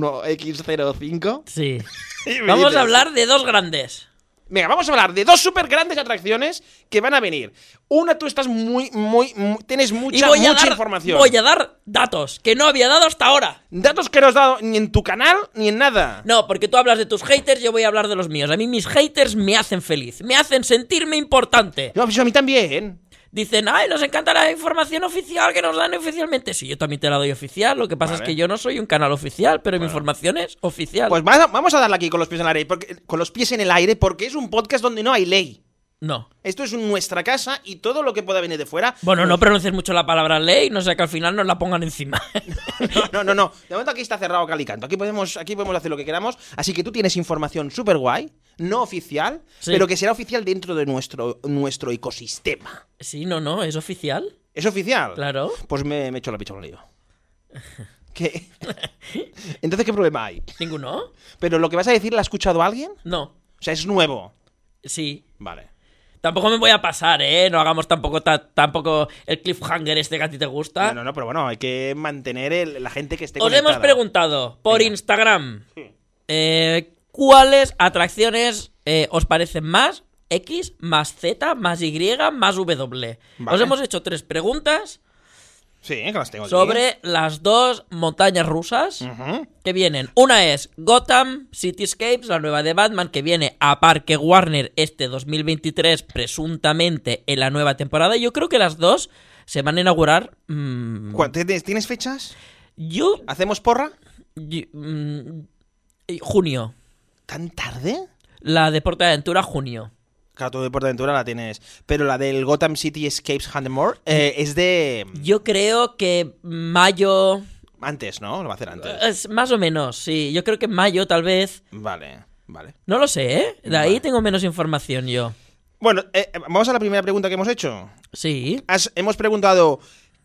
Speaker 3: 1x05.
Speaker 2: Sí.
Speaker 3: (laughs) Y me
Speaker 2: Vamos
Speaker 3: dices-
Speaker 2: a hablar de dos grandes.
Speaker 3: Venga, vamos a hablar de dos súper grandes atracciones que van a venir. Una, tú estás muy, muy. mu- tienes mucha,
Speaker 2: y voy a
Speaker 3: mucha
Speaker 2: dar,
Speaker 3: información.
Speaker 2: voy a dar datos que no había dado hasta ahora.
Speaker 3: Datos que no has dado ni en tu canal ni en nada.
Speaker 2: No, porque tú hablas de tus haters, yo voy a hablar de los míos. A mí mis haters me hacen feliz, me hacen sentirme importante.
Speaker 3: No, pues a mí también.
Speaker 2: Dicen, ay, nos encanta la información oficial que nos dan oficialmente. Sí, yo también te la doy oficial, lo que pasa es
Speaker 3: Vale.
Speaker 2: que yo no soy un canal oficial, pero mi información es oficial.
Speaker 3: Pues va- vamos a darle aquí con los pies en el aire, porque, con los pies en el aire, porque es un podcast donde no hay ley.
Speaker 2: No.
Speaker 3: Esto es nuestra casa y todo lo que pueda venir de fuera.
Speaker 2: Bueno, no pronuncies mucho la palabra ley, no sea que al final nos la pongan encima. (laughs)
Speaker 3: No, (laughs) no, no, no. De momento aquí está cerrado Calicanto. Aquí podemos, aquí podemos hacer lo que queramos. Así que tú tienes información súper guay, no oficial,
Speaker 2: Sí.
Speaker 3: pero que será oficial dentro de nuestro, nuestro ecosistema.
Speaker 2: sí, no, no, es oficial.
Speaker 3: ¿Es oficial?
Speaker 2: Claro.
Speaker 3: Pues me, me echo la picha un lío. (laughs) ¿Qué? (laughs) Entonces, ¿qué problema hay?
Speaker 2: ¿Ninguno?
Speaker 3: ¿Pero lo que vas a decir la ha escuchado alguien?
Speaker 2: No.
Speaker 3: O sea, es nuevo.
Speaker 2: Sí.
Speaker 3: Vale.
Speaker 2: Tampoco me voy a pasar, ¿eh? No hagamos tampoco, ta- tampoco el cliffhanger este que a ti te gusta.
Speaker 3: No, no, no, pero bueno, hay que mantener el- la gente que esté
Speaker 2: Os hemos
Speaker 3: conectada.
Speaker 2: preguntado por
Speaker 3: Venga.
Speaker 2: Instagram eh, cuáles atracciones eh, os parecen más X, más Z, más Y, más W.
Speaker 3: Vale.
Speaker 2: Os hemos hecho tres preguntas
Speaker 3: Sí, que las tengo aquí.
Speaker 2: sobre las dos montañas rusas
Speaker 3: Ujú.
Speaker 2: que vienen. Una es Gotham Cityscapes, la nueva de Batman, que viene a Parque Warner este 2023, presuntamente en la nueva temporada. Yo creo que las dos se van a inaugurar. mm,
Speaker 3: ¿Cuál- ¿Tienes tienes fechas?
Speaker 2: yo,
Speaker 3: ¿Hacemos porra?
Speaker 2: yo- mm, eh, junio.
Speaker 3: ¿Tan tarde?
Speaker 2: La de Aventura junio.
Speaker 3: Claro, tú de Portaventura la tienes. Pero la del Gotham City Escapes Handemore eh, es de. mm,
Speaker 2: Yo creo que mayo.
Speaker 3: Antes, ¿no? Lo va a hacer (laughs) antes.
Speaker 2: es más o menos, sí. Yo creo que mayo, tal vez.
Speaker 3: Vale, vale.
Speaker 2: No lo sé, ¿eh? De ahí
Speaker 3: Vale.
Speaker 2: tengo menos información yo.
Speaker 3: Bueno, eh, vamos a la primera pregunta que hemos hecho.
Speaker 2: Sí.
Speaker 3: Has- hemos preguntado.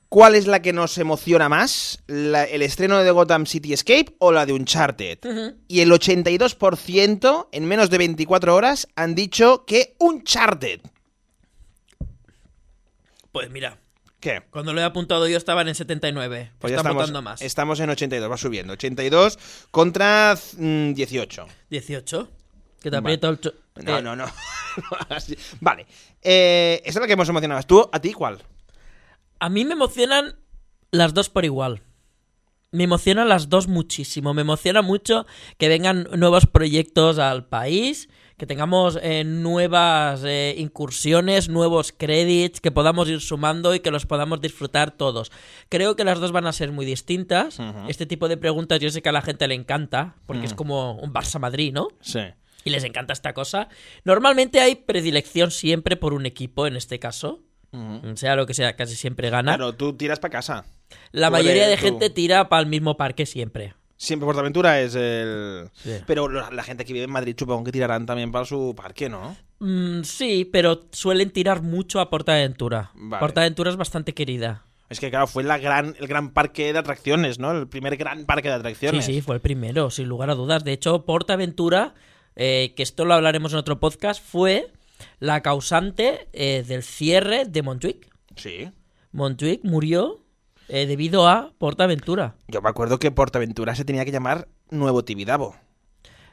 Speaker 3: ¿Cuál es la que nos emociona más? ¿La- ¿El estreno de Gotham City Escape o la de Uncharted?
Speaker 2: Ujú.
Speaker 3: Y el 82% en menos de 24 horas han dicho que Uncharted.
Speaker 2: Pues mira,
Speaker 3: ¿Qué?
Speaker 2: cuando lo he apuntado yo estaban en 79.
Speaker 3: Pues ya
Speaker 2: Están
Speaker 3: estamos,
Speaker 2: votando más.
Speaker 3: estamos en 82, va subiendo. 82 contra mm, 18.
Speaker 2: 18. Que te
Speaker 3: Va.
Speaker 2: aprieto el. cho-
Speaker 3: No,
Speaker 2: eh,
Speaker 3: no, (laughs) no. Así- vale. Eh, esta es la que hemos emocionado. ¿Tú, a ti cuál?
Speaker 2: A mí me emocionan las dos por igual. Me emocionan las dos muchísimo. Me emociona mucho que vengan nuevos proyectos al país, que tengamos eh, nuevas eh, incursiones, nuevos créditos, que podamos ir sumando y que los podamos disfrutar todos. Creo que las dos van a ser muy distintas. Este tipo de preguntas yo sé que a la gente le encanta, porque es como un Barça-Madrid, ¿no?
Speaker 3: Sí.
Speaker 2: y les encanta esta cosa. Normalmente hay predilección siempre por un equipo, en este caso. Sea lo que sea, casi siempre gana.
Speaker 3: Claro, tú tiras para casa.
Speaker 2: la
Speaker 3: tú
Speaker 2: mayoría de
Speaker 3: eres tú.
Speaker 2: gente tira para el mismo parque siempre.
Speaker 3: Siempre Portaventura es el.
Speaker 2: Sí.
Speaker 3: Pero la, la gente que vive en Madrid supongo que tirarán también para su parque, ¿no?
Speaker 2: Mm, sí, pero suelen tirar mucho a Portaventura.
Speaker 3: Vale.
Speaker 2: Portaventura es bastante querida.
Speaker 3: Es que, claro, fue la gran, el gran parque de atracciones, ¿no? El primer gran parque de
Speaker 2: Sí,
Speaker 3: atracciones.
Speaker 2: sí, fue el primero, sin lugar a dudas. De hecho, Portaventura, eh, que esto lo hablaremos en otro podcast, fue la causante eh, del cierre de Montjuic.
Speaker 3: Sí.
Speaker 2: Montjuic murió eh, debido a Portaventura.
Speaker 3: Yo me acuerdo que Portaventura se tenía que llamar Nuevo Tibidabo.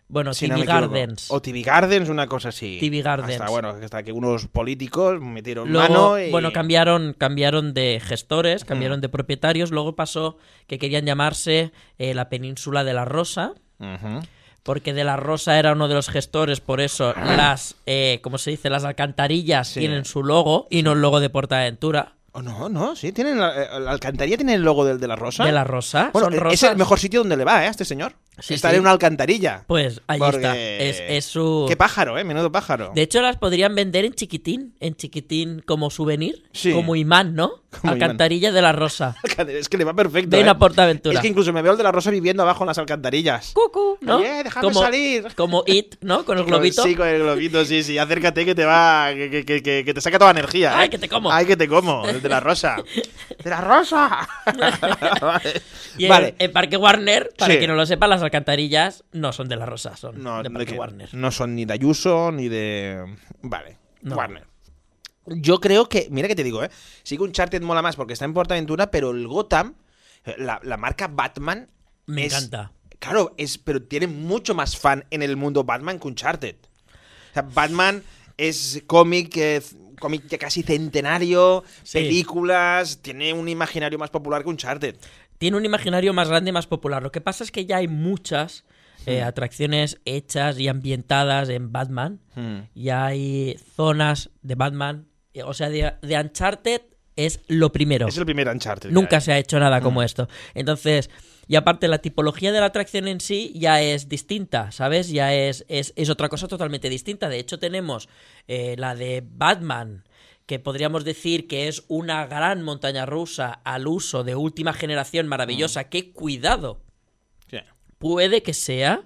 Speaker 2: Bueno,
Speaker 3: si no
Speaker 2: TV
Speaker 3: me equivoco.
Speaker 2: Gardens.
Speaker 3: O TV Gardens, una cosa así.
Speaker 2: TV Gardens.
Speaker 3: Hasta, bueno, hasta que unos políticos metieron
Speaker 2: Luego,
Speaker 3: mano y...
Speaker 2: bueno, cambiaron, cambiaron de gestores, cambiaron de propietarios. Luego pasó que querían llamarse eh, la Península de la Rosa,
Speaker 3: Ujú.
Speaker 2: porque de la Rosa era uno de los gestores, por eso las, eh, ¿cómo se dice? Las alcantarillas
Speaker 3: Sí.
Speaker 2: tienen su logo y no el logo de Portaventura.
Speaker 3: Oh, no, no, sí, tienen la, la alcantarilla tiene el logo del de la rosa.
Speaker 2: De la Rosa.
Speaker 3: Bueno, e-,
Speaker 2: Son
Speaker 3: es
Speaker 2: rosas.
Speaker 3: el mejor sitio donde le va, ¿eh? A este señor.
Speaker 2: Sí,
Speaker 3: Estar
Speaker 2: sí.
Speaker 3: en una alcantarilla.
Speaker 2: Pues ahí
Speaker 3: Porque-
Speaker 2: está. Es, es su.
Speaker 3: Qué pájaro, ¿eh? Menudo pájaro.
Speaker 2: De hecho, las podrían vender en chiquitín, en chiquitín como souvenir,
Speaker 3: Sí.
Speaker 2: como imán, ¿no?
Speaker 3: Como
Speaker 2: Alcantarilla de la Rosa.
Speaker 3: (laughs) Es que le va perfecto.
Speaker 2: Ven
Speaker 3: ¿eh?
Speaker 2: a Portaventura.
Speaker 3: Es que incluso me veo el de la rosa viviendo abajo en las alcantarillas.
Speaker 2: Cucu, ¿no?
Speaker 3: Oye, déjame
Speaker 2: como,
Speaker 3: salir.
Speaker 2: Como It, ¿no? Con el globito.
Speaker 3: Sí, con el globito, sí, sí. Acércate que te va. que, que- que- que- que te saca toda la energía. ¿eh?
Speaker 2: Ay, que te como.
Speaker 3: Ay, que te como. El de la rosa. (laughs) ¡De la rosa! (laughs) vale.
Speaker 2: Y en-
Speaker 3: Vale.
Speaker 2: en, Parque Warner, para
Speaker 3: Sí.
Speaker 2: quien no lo sepa, las alcantarillas no son de la Rosa, son
Speaker 3: No,
Speaker 2: de
Speaker 3: no,
Speaker 2: Parque
Speaker 3: que-
Speaker 2: Warner.
Speaker 3: no son ni de Ayuso ni de. Vale.
Speaker 2: No.
Speaker 3: Warner. Yo creo que. Mira que te digo, ¿eh? Sí que Uncharted mola más porque está en Portaventura, pero el Gotham, eh, la, la marca Batman.
Speaker 2: Me
Speaker 3: es-
Speaker 2: encanta.
Speaker 3: Claro, es, pero tiene mucho más fan en el mundo Batman que Uncharted. O sea, Batman es cómic, eh, c- cómic ya casi centenario,
Speaker 2: Sí.
Speaker 3: películas, tiene un imaginario más popular que Uncharted.
Speaker 2: Tiene un imaginario más grande y más popular. Lo que pasa es que ya hay muchas eh,
Speaker 3: Hmm.
Speaker 2: atracciones hechas y ambientadas en Batman.
Speaker 3: Hmm.
Speaker 2: Y hay zonas de Batman. eh, O sea, de, de Uncharted es lo primero.
Speaker 3: Es el primer Uncharted. que
Speaker 2: Nunca
Speaker 3: hay.
Speaker 2: se ha hecho nada como esto. Entonces, y aparte la tipología de la atracción en sí ya es distinta, ¿sabes? Ya es, es, es otra cosa totalmente distinta. De hecho, tenemos eh, la de Batman, que podríamos decir que es una gran montaña rusa al uso de última generación maravillosa. ¡Qué cuidado!
Speaker 3: Sí.
Speaker 2: Puede que sea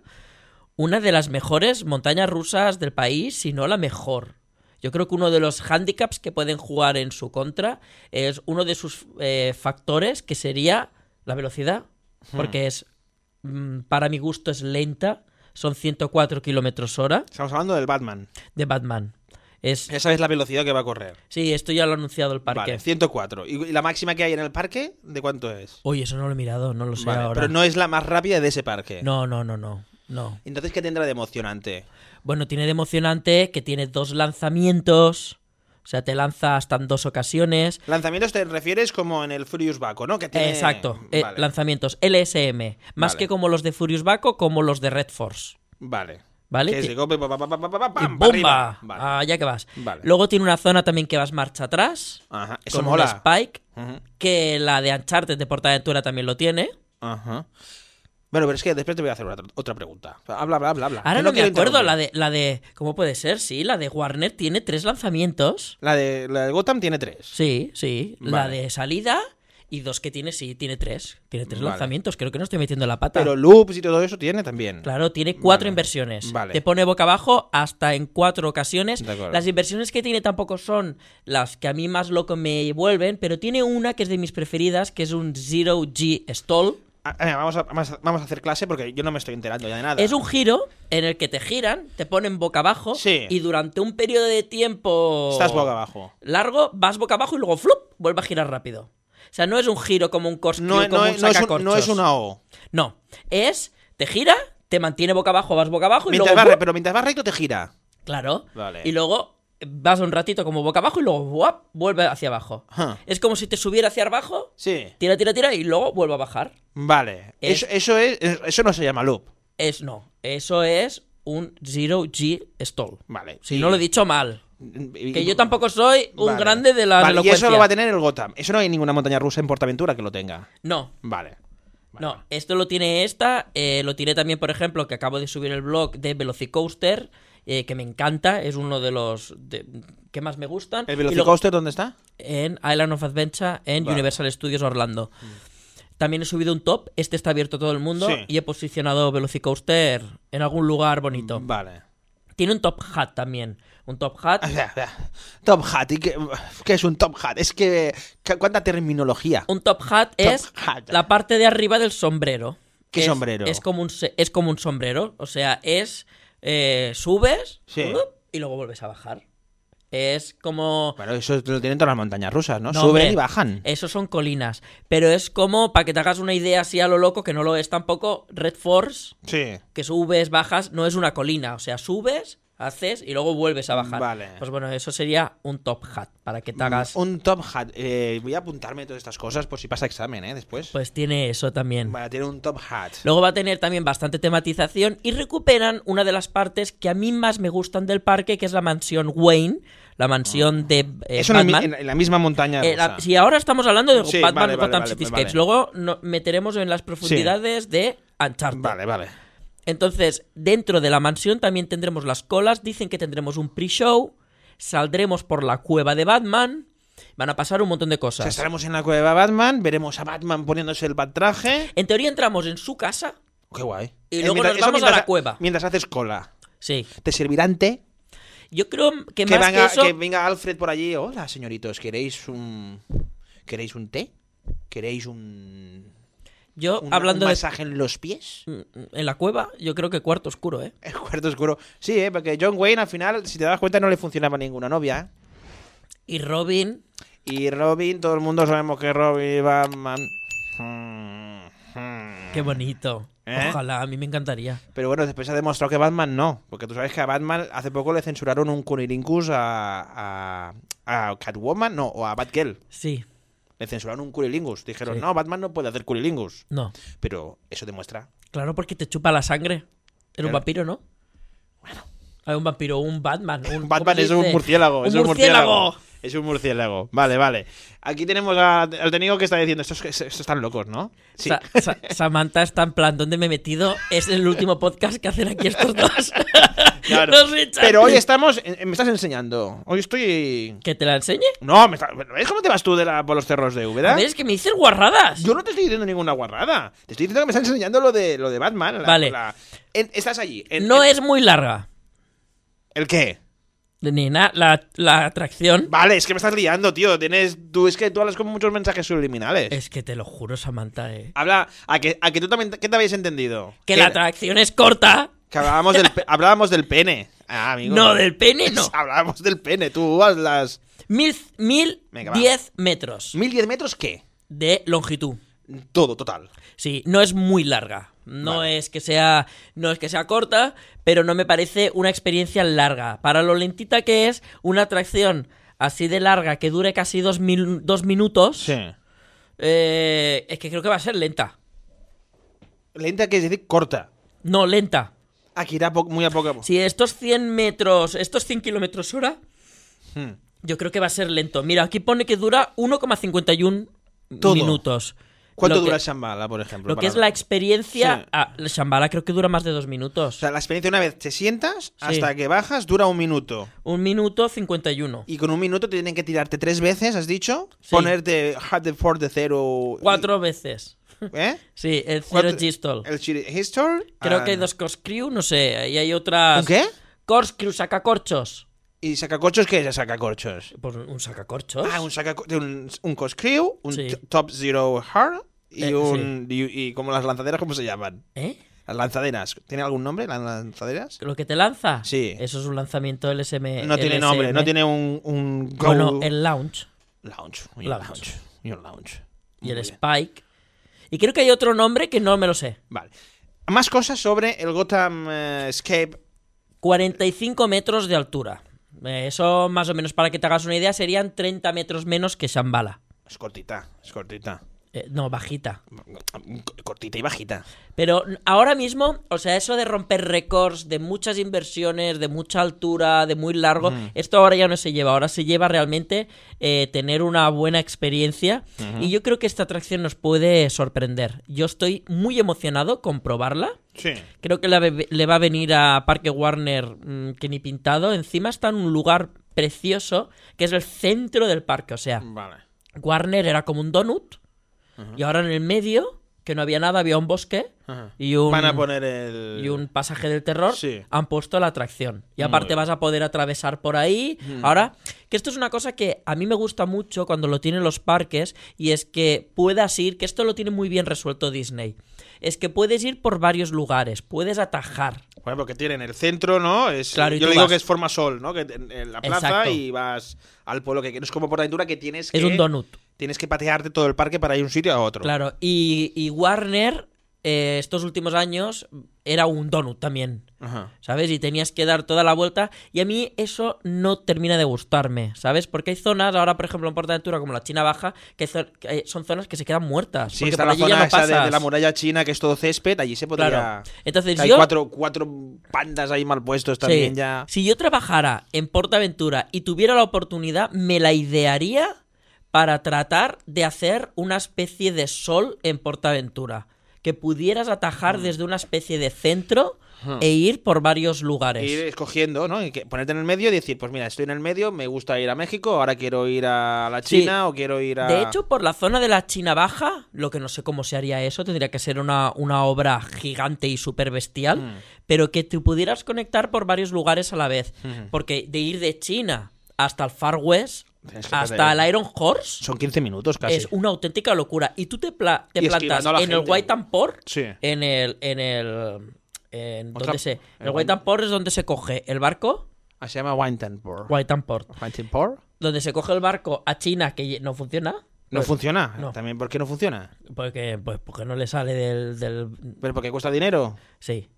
Speaker 2: una de las mejores montañas rusas del país, si no la mejor. Yo creo que uno de los hándicaps que pueden jugar en su contra es uno de sus eh, factores que sería la velocidad,
Speaker 3: Hmm.
Speaker 2: porque es, mm, para mi gusto, es lenta. Son 104 kilómetros hora
Speaker 3: Estamos hablando del Batman.
Speaker 2: de Batman. Es,
Speaker 3: Ya sabes la velocidad que va a correr.
Speaker 2: sí, esto ya lo ha anunciado el parque.
Speaker 3: Vale, 104. ¿Y y la máxima que hay en el parque? ¿De cuánto es?
Speaker 2: Oye, eso no lo he mirado, no lo sé
Speaker 3: Vale,
Speaker 2: ahora.
Speaker 3: pero no es la más rápida de ese parque.
Speaker 2: no, no, no, no, no.
Speaker 3: Entonces, ¿qué tendrá de emocionante?
Speaker 2: Bueno, tiene de emocionante que tiene dos lanzamientos. O sea, te lanza hasta en dos ocasiones.
Speaker 3: Lanzamientos te refieres como en el Furious Baco, ¿no? Que tiene-
Speaker 2: Exacto, eh,
Speaker 3: Vale.
Speaker 2: lanzamientos LSM. Más
Speaker 3: Vale.
Speaker 2: que como los de Furious Baco, como los de Red Force.
Speaker 3: Vale.
Speaker 2: ¿Vale?
Speaker 3: Que es
Speaker 2: Ti-
Speaker 3: de golpe, pa, pa, pa, pa, pa, pa,
Speaker 2: y
Speaker 3: pam,
Speaker 2: ¡Bomba!
Speaker 3: pa'
Speaker 2: Ah.
Speaker 3: arriba. Vale.
Speaker 2: Allá que vas.
Speaker 3: Vale.
Speaker 2: Luego tiene una zona también que vas marcha atrás.
Speaker 3: Ajá, Eso
Speaker 2: con un
Speaker 3: mola.
Speaker 2: Spike.
Speaker 3: Ujú,
Speaker 2: Que la de Uncharted de Portaventura también lo tiene.
Speaker 3: ajá. Bueno, pero es que después te voy a hacer otra, otra pregunta. Habla, habla, habla. habla.
Speaker 2: Ahora
Speaker 3: Que
Speaker 2: no me
Speaker 3: quiero
Speaker 2: acuerdo la
Speaker 3: interrumpir.
Speaker 2: de, la de. ¿Cómo puede ser? Sí, la de Warner tiene tres lanzamientos.
Speaker 3: La de, la de Gotham tiene tres.
Speaker 2: Sí, sí. La
Speaker 3: Vale.
Speaker 2: de salida y dos que tiene, sí, tiene tres. Tiene tres
Speaker 3: Vale.
Speaker 2: lanzamientos. Creo que no estoy metiendo la pata.
Speaker 3: Pero loops y todo eso tiene también.
Speaker 2: Claro, tiene cuatro
Speaker 3: Vale.
Speaker 2: inversiones.
Speaker 3: Vale.
Speaker 2: Te pone boca abajo hasta en cuatro ocasiones.
Speaker 3: De acuerdo.
Speaker 2: Las inversiones que tiene tampoco son las que a mí más loco me vuelven, pero tiene una que es de mis preferidas, que es un Zero G Stall.
Speaker 3: Ah, eh, vamos, a, vamos, a, vamos a hacer clase porque yo no me estoy enterando ya de nada.
Speaker 2: Es un giro en el que te giran, te ponen boca abajo
Speaker 3: Sí.
Speaker 2: y durante un periodo de tiempo
Speaker 3: Estás boca abajo.
Speaker 2: largo vas boca abajo y luego flup, vuelve a girar rápido. O sea, no es un giro como un corcho,
Speaker 3: No,
Speaker 2: como
Speaker 3: no,
Speaker 2: un
Speaker 3: es- no es un-
Speaker 2: sacacorchos.
Speaker 3: no es una O.
Speaker 2: No, es te gira, te mantiene boca abajo, vas boca abajo y
Speaker 3: Mientras
Speaker 2: luego
Speaker 3: vas re- pero mientras vas recto te gira.
Speaker 2: Claro.
Speaker 3: Vale.
Speaker 2: Y luego vas un ratito como boca abajo y luego ¡guap! vuelve hacia abajo.
Speaker 3: Ajá.
Speaker 2: Es como si te subiera hacia abajo,
Speaker 3: Sí.
Speaker 2: tira, tira, tira y luego vuelve a bajar.
Speaker 3: Vale.
Speaker 2: Es-
Speaker 3: Eso, eso, es, eso no se llama loop.
Speaker 2: Es no. Eso es un Zero G Stall.
Speaker 3: Vale.
Speaker 2: Si
Speaker 3: Y-
Speaker 2: no lo he dicho mal.
Speaker 3: y-
Speaker 2: Que yo tampoco soy un
Speaker 3: Vale.
Speaker 2: grande de la
Speaker 3: Vale, Y
Speaker 2: elocuencia.
Speaker 3: eso lo va a tener el Gotham. Eso no hay ninguna montaña rusa en Portaventura que lo tenga.
Speaker 2: No.
Speaker 3: Vale. Vale.
Speaker 2: No, esto lo tiene esta, eh, lo tiene también, por ejemplo, que acabo de subir el blog de Velocicoaster, eh, que me encanta, es uno de los de- que más me gustan.
Speaker 3: ¿El
Speaker 2: Y luego-
Speaker 3: Velocicoaster dónde está?
Speaker 2: en Island of Adventure en
Speaker 3: Vale.
Speaker 2: Universal Studios Orlando.
Speaker 3: Mm.
Speaker 2: También he subido un top, este está abierto a todo el mundo
Speaker 3: Sí.
Speaker 2: y he posicionado Velocicoaster en algún lugar bonito.
Speaker 3: Vale.
Speaker 2: Tiene un top hat también, un top hat.
Speaker 3: (laughs) O sea, o sea, Top Hat. ¿y qué, qué es un Top Hat? Es que. que- ¿Cuánta terminología?
Speaker 2: Un top hat es
Speaker 3: hat.
Speaker 2: la parte de arriba del sombrero.
Speaker 3: ¿Qué
Speaker 2: Es-
Speaker 3: sombrero?
Speaker 2: Es como un se- es como un sombrero, o sea, es eh, subes
Speaker 3: Sí.
Speaker 2: ¡up! y luego vuelves a bajar. Es como.
Speaker 3: Bueno, eso lo tienen todas las montañas rusas, ¿no?
Speaker 2: No,
Speaker 3: Suben
Speaker 2: hombre. Eh,
Speaker 3: y bajan.
Speaker 2: Esos son colinas. Pero es como, para que te hagas una idea así a lo loco, que no lo es tampoco, Red Force,
Speaker 3: Sí.
Speaker 2: que subes, bajas, no es una colina. O sea, subes, haces y luego vuelves a bajar.
Speaker 3: Vale. Mm,
Speaker 2: Pues bueno, eso sería un top hat, para que te hagas.
Speaker 3: Un top hat. Eh, voy a apuntarme todas estas cosas por si pasa examen, ¿eh? Después.
Speaker 2: Pues tiene eso también.
Speaker 3: Vale, tiene un top hat.
Speaker 2: Luego va a tener también bastante tematización y recuperan una de las partes que a mí más me gustan del parque, que es la mansión Wayne, la
Speaker 3: Ah.
Speaker 2: mansión de eh,
Speaker 3: Eso en, el mi-
Speaker 2: Batman.
Speaker 3: en- en la misma montaña
Speaker 2: Eh,
Speaker 3: rusa.
Speaker 2: la- si ahora estamos hablando de
Speaker 3: Sí,
Speaker 2: Batman
Speaker 3: vale, vale,
Speaker 2: Gotham
Speaker 3: vale, pues
Speaker 2: City
Speaker 3: vale.
Speaker 2: Escapes, luego no- meteremos en las profundidades de Uncharted.
Speaker 3: Vale, vale.
Speaker 2: Entonces, dentro de la mansión también tendremos las colas, dicen que tendremos un pre-show, saldremos por la cueva de Batman, van a pasar un montón de
Speaker 3: O sea,
Speaker 2: cosas.
Speaker 3: estaremos en la cueva de Batman, veremos a Batman poniéndose el batraje.
Speaker 2: en teoría entramos en su casa,
Speaker 3: Qué guay.
Speaker 2: Y
Speaker 3: Eh,
Speaker 2: luego nos
Speaker 3: eso
Speaker 2: vamos a
Speaker 3: mientras-
Speaker 2: la cueva.
Speaker 3: Mientras haces cola.
Speaker 2: sí.
Speaker 3: ¿Te servirán té?
Speaker 2: Yo creo que,
Speaker 3: Que,
Speaker 2: más
Speaker 3: venga,
Speaker 2: que eso...
Speaker 3: que venga Alfred por allí. Hola, señoritos, ¿queréis un. ¿Queréis un té? ¿Queréis un.
Speaker 2: Yo,
Speaker 3: un-
Speaker 2: Oh, hablando
Speaker 3: un
Speaker 2: de Mm.
Speaker 3: masaje en los pies?
Speaker 2: en la cueva, yo creo que cuarto oscuro, ¿eh?
Speaker 3: (laughs) El cuarto oscuro. Sí, ¿eh? porque John Wayne al final, si te das cuenta, no le funcionaba ninguna novia. ¿eh?
Speaker 2: Y Robin,
Speaker 3: Y Robin, todo el mundo sabemos que Robin Batman. Mm, mm.
Speaker 2: qué bonito.
Speaker 3: ¿Eh?
Speaker 2: Ojalá, a mí me encantaría.
Speaker 3: Pero bueno, después se ha demostrado que Batman no. Porque tú sabes que a Batman hace poco le censuraron un cunilingus a, a, a Catwoman, no, o a Batgirl.
Speaker 2: Sí,
Speaker 3: Le censuraron un cunilingus. Dijeron,
Speaker 2: Sí.
Speaker 3: no, Batman no puede hacer cunilingus.
Speaker 2: no.
Speaker 3: Pero eso demuestra.
Speaker 2: Claro, porque te chupa la sangre. Era un
Speaker 3: Claro.
Speaker 2: vampiro, ¿no? Bueno. Hay un vampiro, un Batman. Un, ¿cómo
Speaker 3: Batman
Speaker 2: se
Speaker 3: es un
Speaker 2: dice?
Speaker 3: murciélago.
Speaker 2: ¡Un
Speaker 3: es un
Speaker 2: murciélago!
Speaker 3: murciélago. Es un murciélago. Vale, vale. Aquí tenemos a- al técnico que está diciendo, estos, estos están locos, ¿no? Sí.
Speaker 2: Sa- Sa- Samantha está en plan, ¿dónde me he metido? Es el último podcast que hacen aquí estos dos.
Speaker 3: (laughs) Claro.
Speaker 2: Nos echan.
Speaker 3: Pero hoy estamos... en- en- me estás enseñando. Hoy estoy...
Speaker 2: ¿Que te la enseñe?
Speaker 3: No, me está- ¿ves cómo te vas tú de la- por los cerros de
Speaker 2: A
Speaker 3: Úbeda?
Speaker 2: ver, es que me dices guarradas.
Speaker 3: Yo no te estoy diciendo ninguna guarrada. Te estoy diciendo que me estás enseñando lo de, lo de Batman. la-
Speaker 2: Vale.
Speaker 3: la- en- estás allí. en-
Speaker 2: No
Speaker 3: en-
Speaker 2: es muy larga.
Speaker 3: ¿El qué?
Speaker 2: Ni nada, la, la atracción.
Speaker 3: Vale, es que me estás liando, tío. Tienes, tú, es que tú hablas con muchos mensajes subliminales.
Speaker 2: Es que te lo juro, Samantha, eh.
Speaker 3: Habla, a que, a que tú también, ¿qué te habéis entendido?
Speaker 2: Que la atracción es corta.
Speaker 3: que hablábamos del,
Speaker 2: (laughs)
Speaker 3: pe- hablábamos del pene. Ah, amigo.
Speaker 2: No, del pene (laughs) no.
Speaker 3: (laughs) Hablábamos del pene. Tú haz las...
Speaker 2: Mil, mil
Speaker 3: Venga, va.
Speaker 2: diez metros
Speaker 3: ¿1010 metros qué?
Speaker 2: de longitud.
Speaker 3: Todo, total.
Speaker 2: Sí, no es muy larga. No
Speaker 3: Vale.
Speaker 2: es que sea. No es que sea corta, pero no me parece una experiencia larga. Para lo lentita que es, una atracción así de larga que dure casi dos, mil- dos minutos. eh, es que creo que va a ser lenta.
Speaker 3: Lenta que es decir corta.
Speaker 2: No, lenta.
Speaker 3: Aquí irá po- muy a poco a poco.
Speaker 2: Si estos 100 metros, estos 100 kilómetros hora,
Speaker 3: Hmm.
Speaker 2: yo creo que va a ser lento. Mira, aquí pone que dura 1,51
Speaker 3: Todo.
Speaker 2: minutos.
Speaker 3: ¿Cuánto
Speaker 2: Lo que-
Speaker 3: dura Shambhala, por ejemplo?
Speaker 2: Lo que
Speaker 3: para-
Speaker 2: es la experiencia.
Speaker 3: Sí.
Speaker 2: Ah, la Shambhala creo que dura más de dos minutos.
Speaker 3: O sea, la experiencia una vez te sientas
Speaker 2: Sí.
Speaker 3: hasta que bajas dura un minuto.
Speaker 2: un minuto 51.
Speaker 3: Y con un minuto tienen que tirarte tres veces, has dicho.
Speaker 2: Sí.
Speaker 3: Ponerte hard de four de cero.
Speaker 2: Cuatro veces.
Speaker 3: ¿Eh?
Speaker 2: Sí, el Zero
Speaker 3: Cuatro-
Speaker 2: Gistol.
Speaker 3: El Chiri- History.
Speaker 2: Creo
Speaker 3: and-
Speaker 2: que hay dos Corkscrew, no sé. Y hay otras.
Speaker 3: ¿Un qué?
Speaker 2: Corkscrew, sacacorchos.
Speaker 3: ¿Y sacacorchos qué es el sacacorchos?
Speaker 2: Pues un sacacorchos.
Speaker 3: Ah, un sacacorchos. Un, un coscrew, un
Speaker 2: Sí.
Speaker 3: t- top zero hard y
Speaker 2: Eh,
Speaker 3: un. Y, y como las lanzaderas, ¿cómo se llaman?
Speaker 2: ¿Eh?
Speaker 3: Las lanzaderas. ¿Tiene algún nombre las lanzaderas?
Speaker 2: ¿Lo que te lanza?
Speaker 3: Sí.
Speaker 2: Eso es un lanzamiento LSM.
Speaker 3: No tiene nombre,
Speaker 2: LSM.
Speaker 3: no tiene un. un go-
Speaker 2: Bueno, el launch
Speaker 3: Lounge. y un
Speaker 2: Lounge.
Speaker 3: lounge. y un lounge.
Speaker 2: y el
Speaker 3: Muy bien.
Speaker 2: spike. Y creo que hay otro nombre que no me lo sé.
Speaker 3: Vale. Más cosas sobre el Gotham eh, Escape.
Speaker 2: 45 metros de altura. Eh, Eso, más o menos, para que te hagas una idea, serían 30 metros menos que Shambhala.
Speaker 3: Es cortita, es cortita.
Speaker 2: Eh, no, bajita.
Speaker 3: Cortita y bajita.
Speaker 2: Pero ahora mismo, o sea, eso de romper récords, de muchas inversiones, de mucha altura, de muy largo, esto ahora ya no se lleva. Ahora se lleva realmente eh, tener una buena experiencia. Y yo creo que esta atracción nos puede sorprender. Yo estoy muy emocionado con probarla.
Speaker 3: Sí.
Speaker 2: Creo que la ve- le va a venir a Parque Warner mm, que ni pintado. Encima está en un lugar precioso, que es el
Speaker 3: Mm.
Speaker 2: centro del parque. O sea,
Speaker 3: Vale.
Speaker 2: Warner era como un donut y ahora en el medio, que no había nada, había un bosque
Speaker 3: Ajá.
Speaker 2: y un,
Speaker 3: Van a poner el.
Speaker 2: y un pasaje del terror.
Speaker 3: Sí.
Speaker 2: Han puesto la atracción. Y aparte vas a poder atravesar por ahí. Ahora, que esto es una cosa que a mí me gusta mucho cuando lo tienen los parques y es que puedas ir, que esto lo tiene muy bien resuelto Disney. Es que puedes ir por varios lugares, puedes atajar.
Speaker 3: Bueno, porque tienen el centro, ¿no? Es,
Speaker 2: Claro, y
Speaker 3: yo
Speaker 2: tú
Speaker 3: le digo
Speaker 2: vas.
Speaker 3: que es forma sol, ¿no? Que en, en la plaza
Speaker 2: Exacto.
Speaker 3: y vas al pueblo que quieres. Como por aventura que tienes que.
Speaker 2: Es un donut.
Speaker 3: Tienes que patearte todo el parque para ir de un sitio a otro.
Speaker 2: Claro. Y, y Warner, eh, estos últimos años, era un donut también.
Speaker 3: Ajá.
Speaker 2: ¿sabes? Y tenías que dar toda la vuelta. Y a mí eso no termina de gustarme, ¿sabes? Porque hay zonas, ahora por ejemplo en Portaventura, como la China Baja, que, hay zo- que hay- son zonas que se quedan muertas.
Speaker 3: Sí,
Speaker 2: porque
Speaker 3: está
Speaker 2: por
Speaker 3: la
Speaker 2: allí ya
Speaker 3: zona
Speaker 2: no
Speaker 3: esa de, de la
Speaker 2: pasas.
Speaker 3: muralla china, que es todo césped, allí se podría.
Speaker 2: Claro. Entonces
Speaker 3: Hay
Speaker 2: yo.
Speaker 3: cuatro, cuatro pandas ahí mal puestos
Speaker 2: sí,
Speaker 3: también ya.
Speaker 2: Si yo trabajara en Portaventura y tuviera la oportunidad, me la idearía para tratar de hacer una especie de sol en Portaventura. Que pudieras
Speaker 3: Mm.
Speaker 2: atajar desde una especie de centro e ir por varios lugares.
Speaker 3: Ir escogiendo, ¿no? Y que ponerte en el medio y decir, pues mira, estoy en el medio, me gusta ir a México, ahora quiero ir a la
Speaker 2: Sí.
Speaker 3: China o quiero ir a.
Speaker 2: De hecho, por la zona de la China Baja, lo que no sé cómo se haría eso, tendría que ser una, una obra gigante y súper bestial,
Speaker 3: Mm.
Speaker 2: pero que te pudieras conectar por varios lugares a la vez.
Speaker 3: Mm.
Speaker 2: Porque de ir de China hasta el Far West,
Speaker 3: Tienes que
Speaker 2: hasta
Speaker 3: perder.
Speaker 2: el Iron Horse,
Speaker 3: Son 15 minutos casi.
Speaker 2: es una auténtica locura. Y tú te, pla- te
Speaker 3: Y
Speaker 2: plantas
Speaker 3: esquivando a la
Speaker 2: en el
Speaker 3: gente.
Speaker 2: Whitetampor,
Speaker 3: Sí.
Speaker 2: en el... En el en,
Speaker 3: Otra-
Speaker 2: ¿dónde se?
Speaker 3: en-
Speaker 2: El Whitetampor es donde se coge el barco.
Speaker 3: Ah, Se llama Wintanpor.
Speaker 2: Whitetampor.
Speaker 3: Wintanpor.
Speaker 2: Donde se coge el barco a China, que no funciona.
Speaker 3: No
Speaker 2: Pues-
Speaker 3: funciona.
Speaker 2: no.
Speaker 3: También, ¿por qué no funciona?
Speaker 2: Porque, pues, porque no le sale del, del-
Speaker 3: ¿Pero porque cuesta dinero?
Speaker 2: Sí.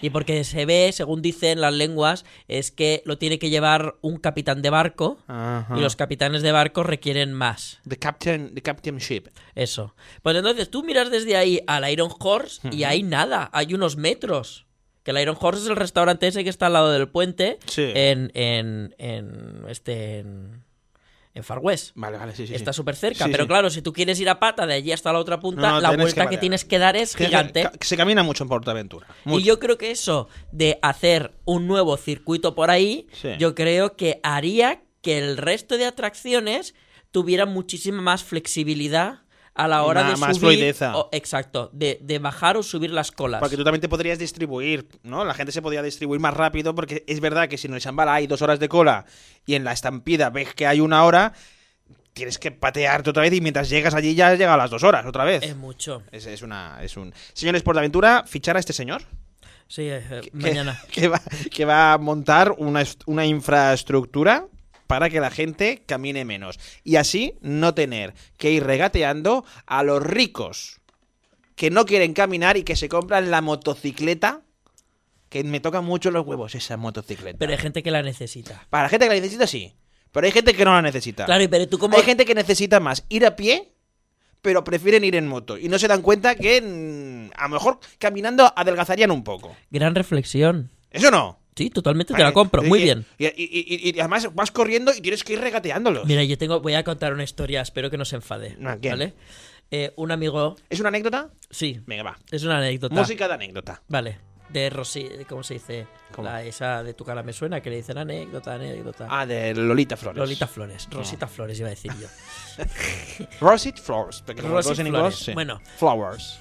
Speaker 2: Y porque se ve, según dicen las lenguas, es que lo tiene que llevar un capitán de barco
Speaker 3: Ajá.
Speaker 2: y los capitanes de barco requieren más.
Speaker 3: The Captain, the captain Ship.
Speaker 2: Eso. Pues entonces tú miras desde ahí al Iron Horse y hay nada, hay unos metros. Que el Iron Horse es el restaurante ese que está al lado del puente
Speaker 3: Sí.
Speaker 2: en, en, en, este, en, en Far West.
Speaker 3: Vale, vale, sí, sí. sí.
Speaker 2: Está súper cerca,
Speaker 3: Sí,
Speaker 2: pero
Speaker 3: sí.
Speaker 2: claro, si tú quieres ir a pata de allí hasta la otra punta,
Speaker 3: No, no,
Speaker 2: la
Speaker 3: tienes que
Speaker 2: vuelta que,
Speaker 3: parar.
Speaker 2: tienes que dar es
Speaker 3: Que- que-
Speaker 2: gigante.
Speaker 3: ca- Se camina mucho en Portaventura.
Speaker 2: Y
Speaker 3: Mucho.
Speaker 2: yo creo que eso de hacer un nuevo circuito por ahí,
Speaker 3: Sí.
Speaker 2: yo creo que haría que el resto de atracciones tuvieran muchísima más flexibilidad a la hora
Speaker 3: Más-
Speaker 2: de
Speaker 3: más
Speaker 2: subir
Speaker 3: fluideza.
Speaker 2: o- exacto, de, de bajar o subir las colas.
Speaker 3: Porque tú también te podrías distribuir, ¿no? La gente se podía distribuir más rápido porque es verdad que si en el Shambhala hay dos horas de cola y en la estampida ves que hay una hora, tienes que patearte otra vez y mientras llegas allí ya has llegado a las dos horas otra vez.
Speaker 2: Es mucho.
Speaker 3: Es, es una... Es un... Señores, por la aventura, fichar a este señor
Speaker 2: Sí, eh, eh,
Speaker 3: que-
Speaker 2: mañana.
Speaker 3: que va, que va a montar una, est- una infraestructura para que la gente camine menos. Y así no tener que ir regateando a los ricos que no quieren caminar y que se compran la motocicleta, que me toca mucho los huevos esa motocicleta.
Speaker 2: Pero hay gente que la necesita.
Speaker 3: Para la gente que la necesita, sí. Pero hay gente que no la necesita.
Speaker 2: Claro, y pero tú como...
Speaker 3: Hay gente que necesita más ir a pie, pero prefieren ir en moto. Y no se dan cuenta que mm, a lo mejor caminando adelgazarían un poco.
Speaker 2: Gran reflexión.
Speaker 3: Eso no.
Speaker 2: Sí, totalmente te la compro.
Speaker 3: Y-
Speaker 2: Muy
Speaker 3: y-
Speaker 2: bien.
Speaker 3: Y, y- y- y- y además vas corriendo y tienes que ir regateándolos.
Speaker 2: Mira, yo tengo, voy a contar una historia, espero que no se enfade.
Speaker 3: ¿A quién?
Speaker 2: ¿Vale? Eh, un amigo,
Speaker 3: ¿Es una anécdota?
Speaker 2: sí,
Speaker 3: Venga, va.
Speaker 2: es una anécdota.
Speaker 3: Música de anécdota.
Speaker 2: Vale, de Rosy, ¿cómo se dice?
Speaker 3: ¿Cómo?
Speaker 2: La, esa de tu cara me suena, que le dicen anécdota, anécdota.
Speaker 3: Ah, de Lolita Flores.
Speaker 2: Lolita Flores, Rosita Flores iba a decir yo. (laughs)
Speaker 3: Rosit Flowers. porque como
Speaker 2: Rosit
Speaker 3: todos en
Speaker 2: Flores,
Speaker 3: inglés, sí.
Speaker 2: bueno.
Speaker 3: Flowers.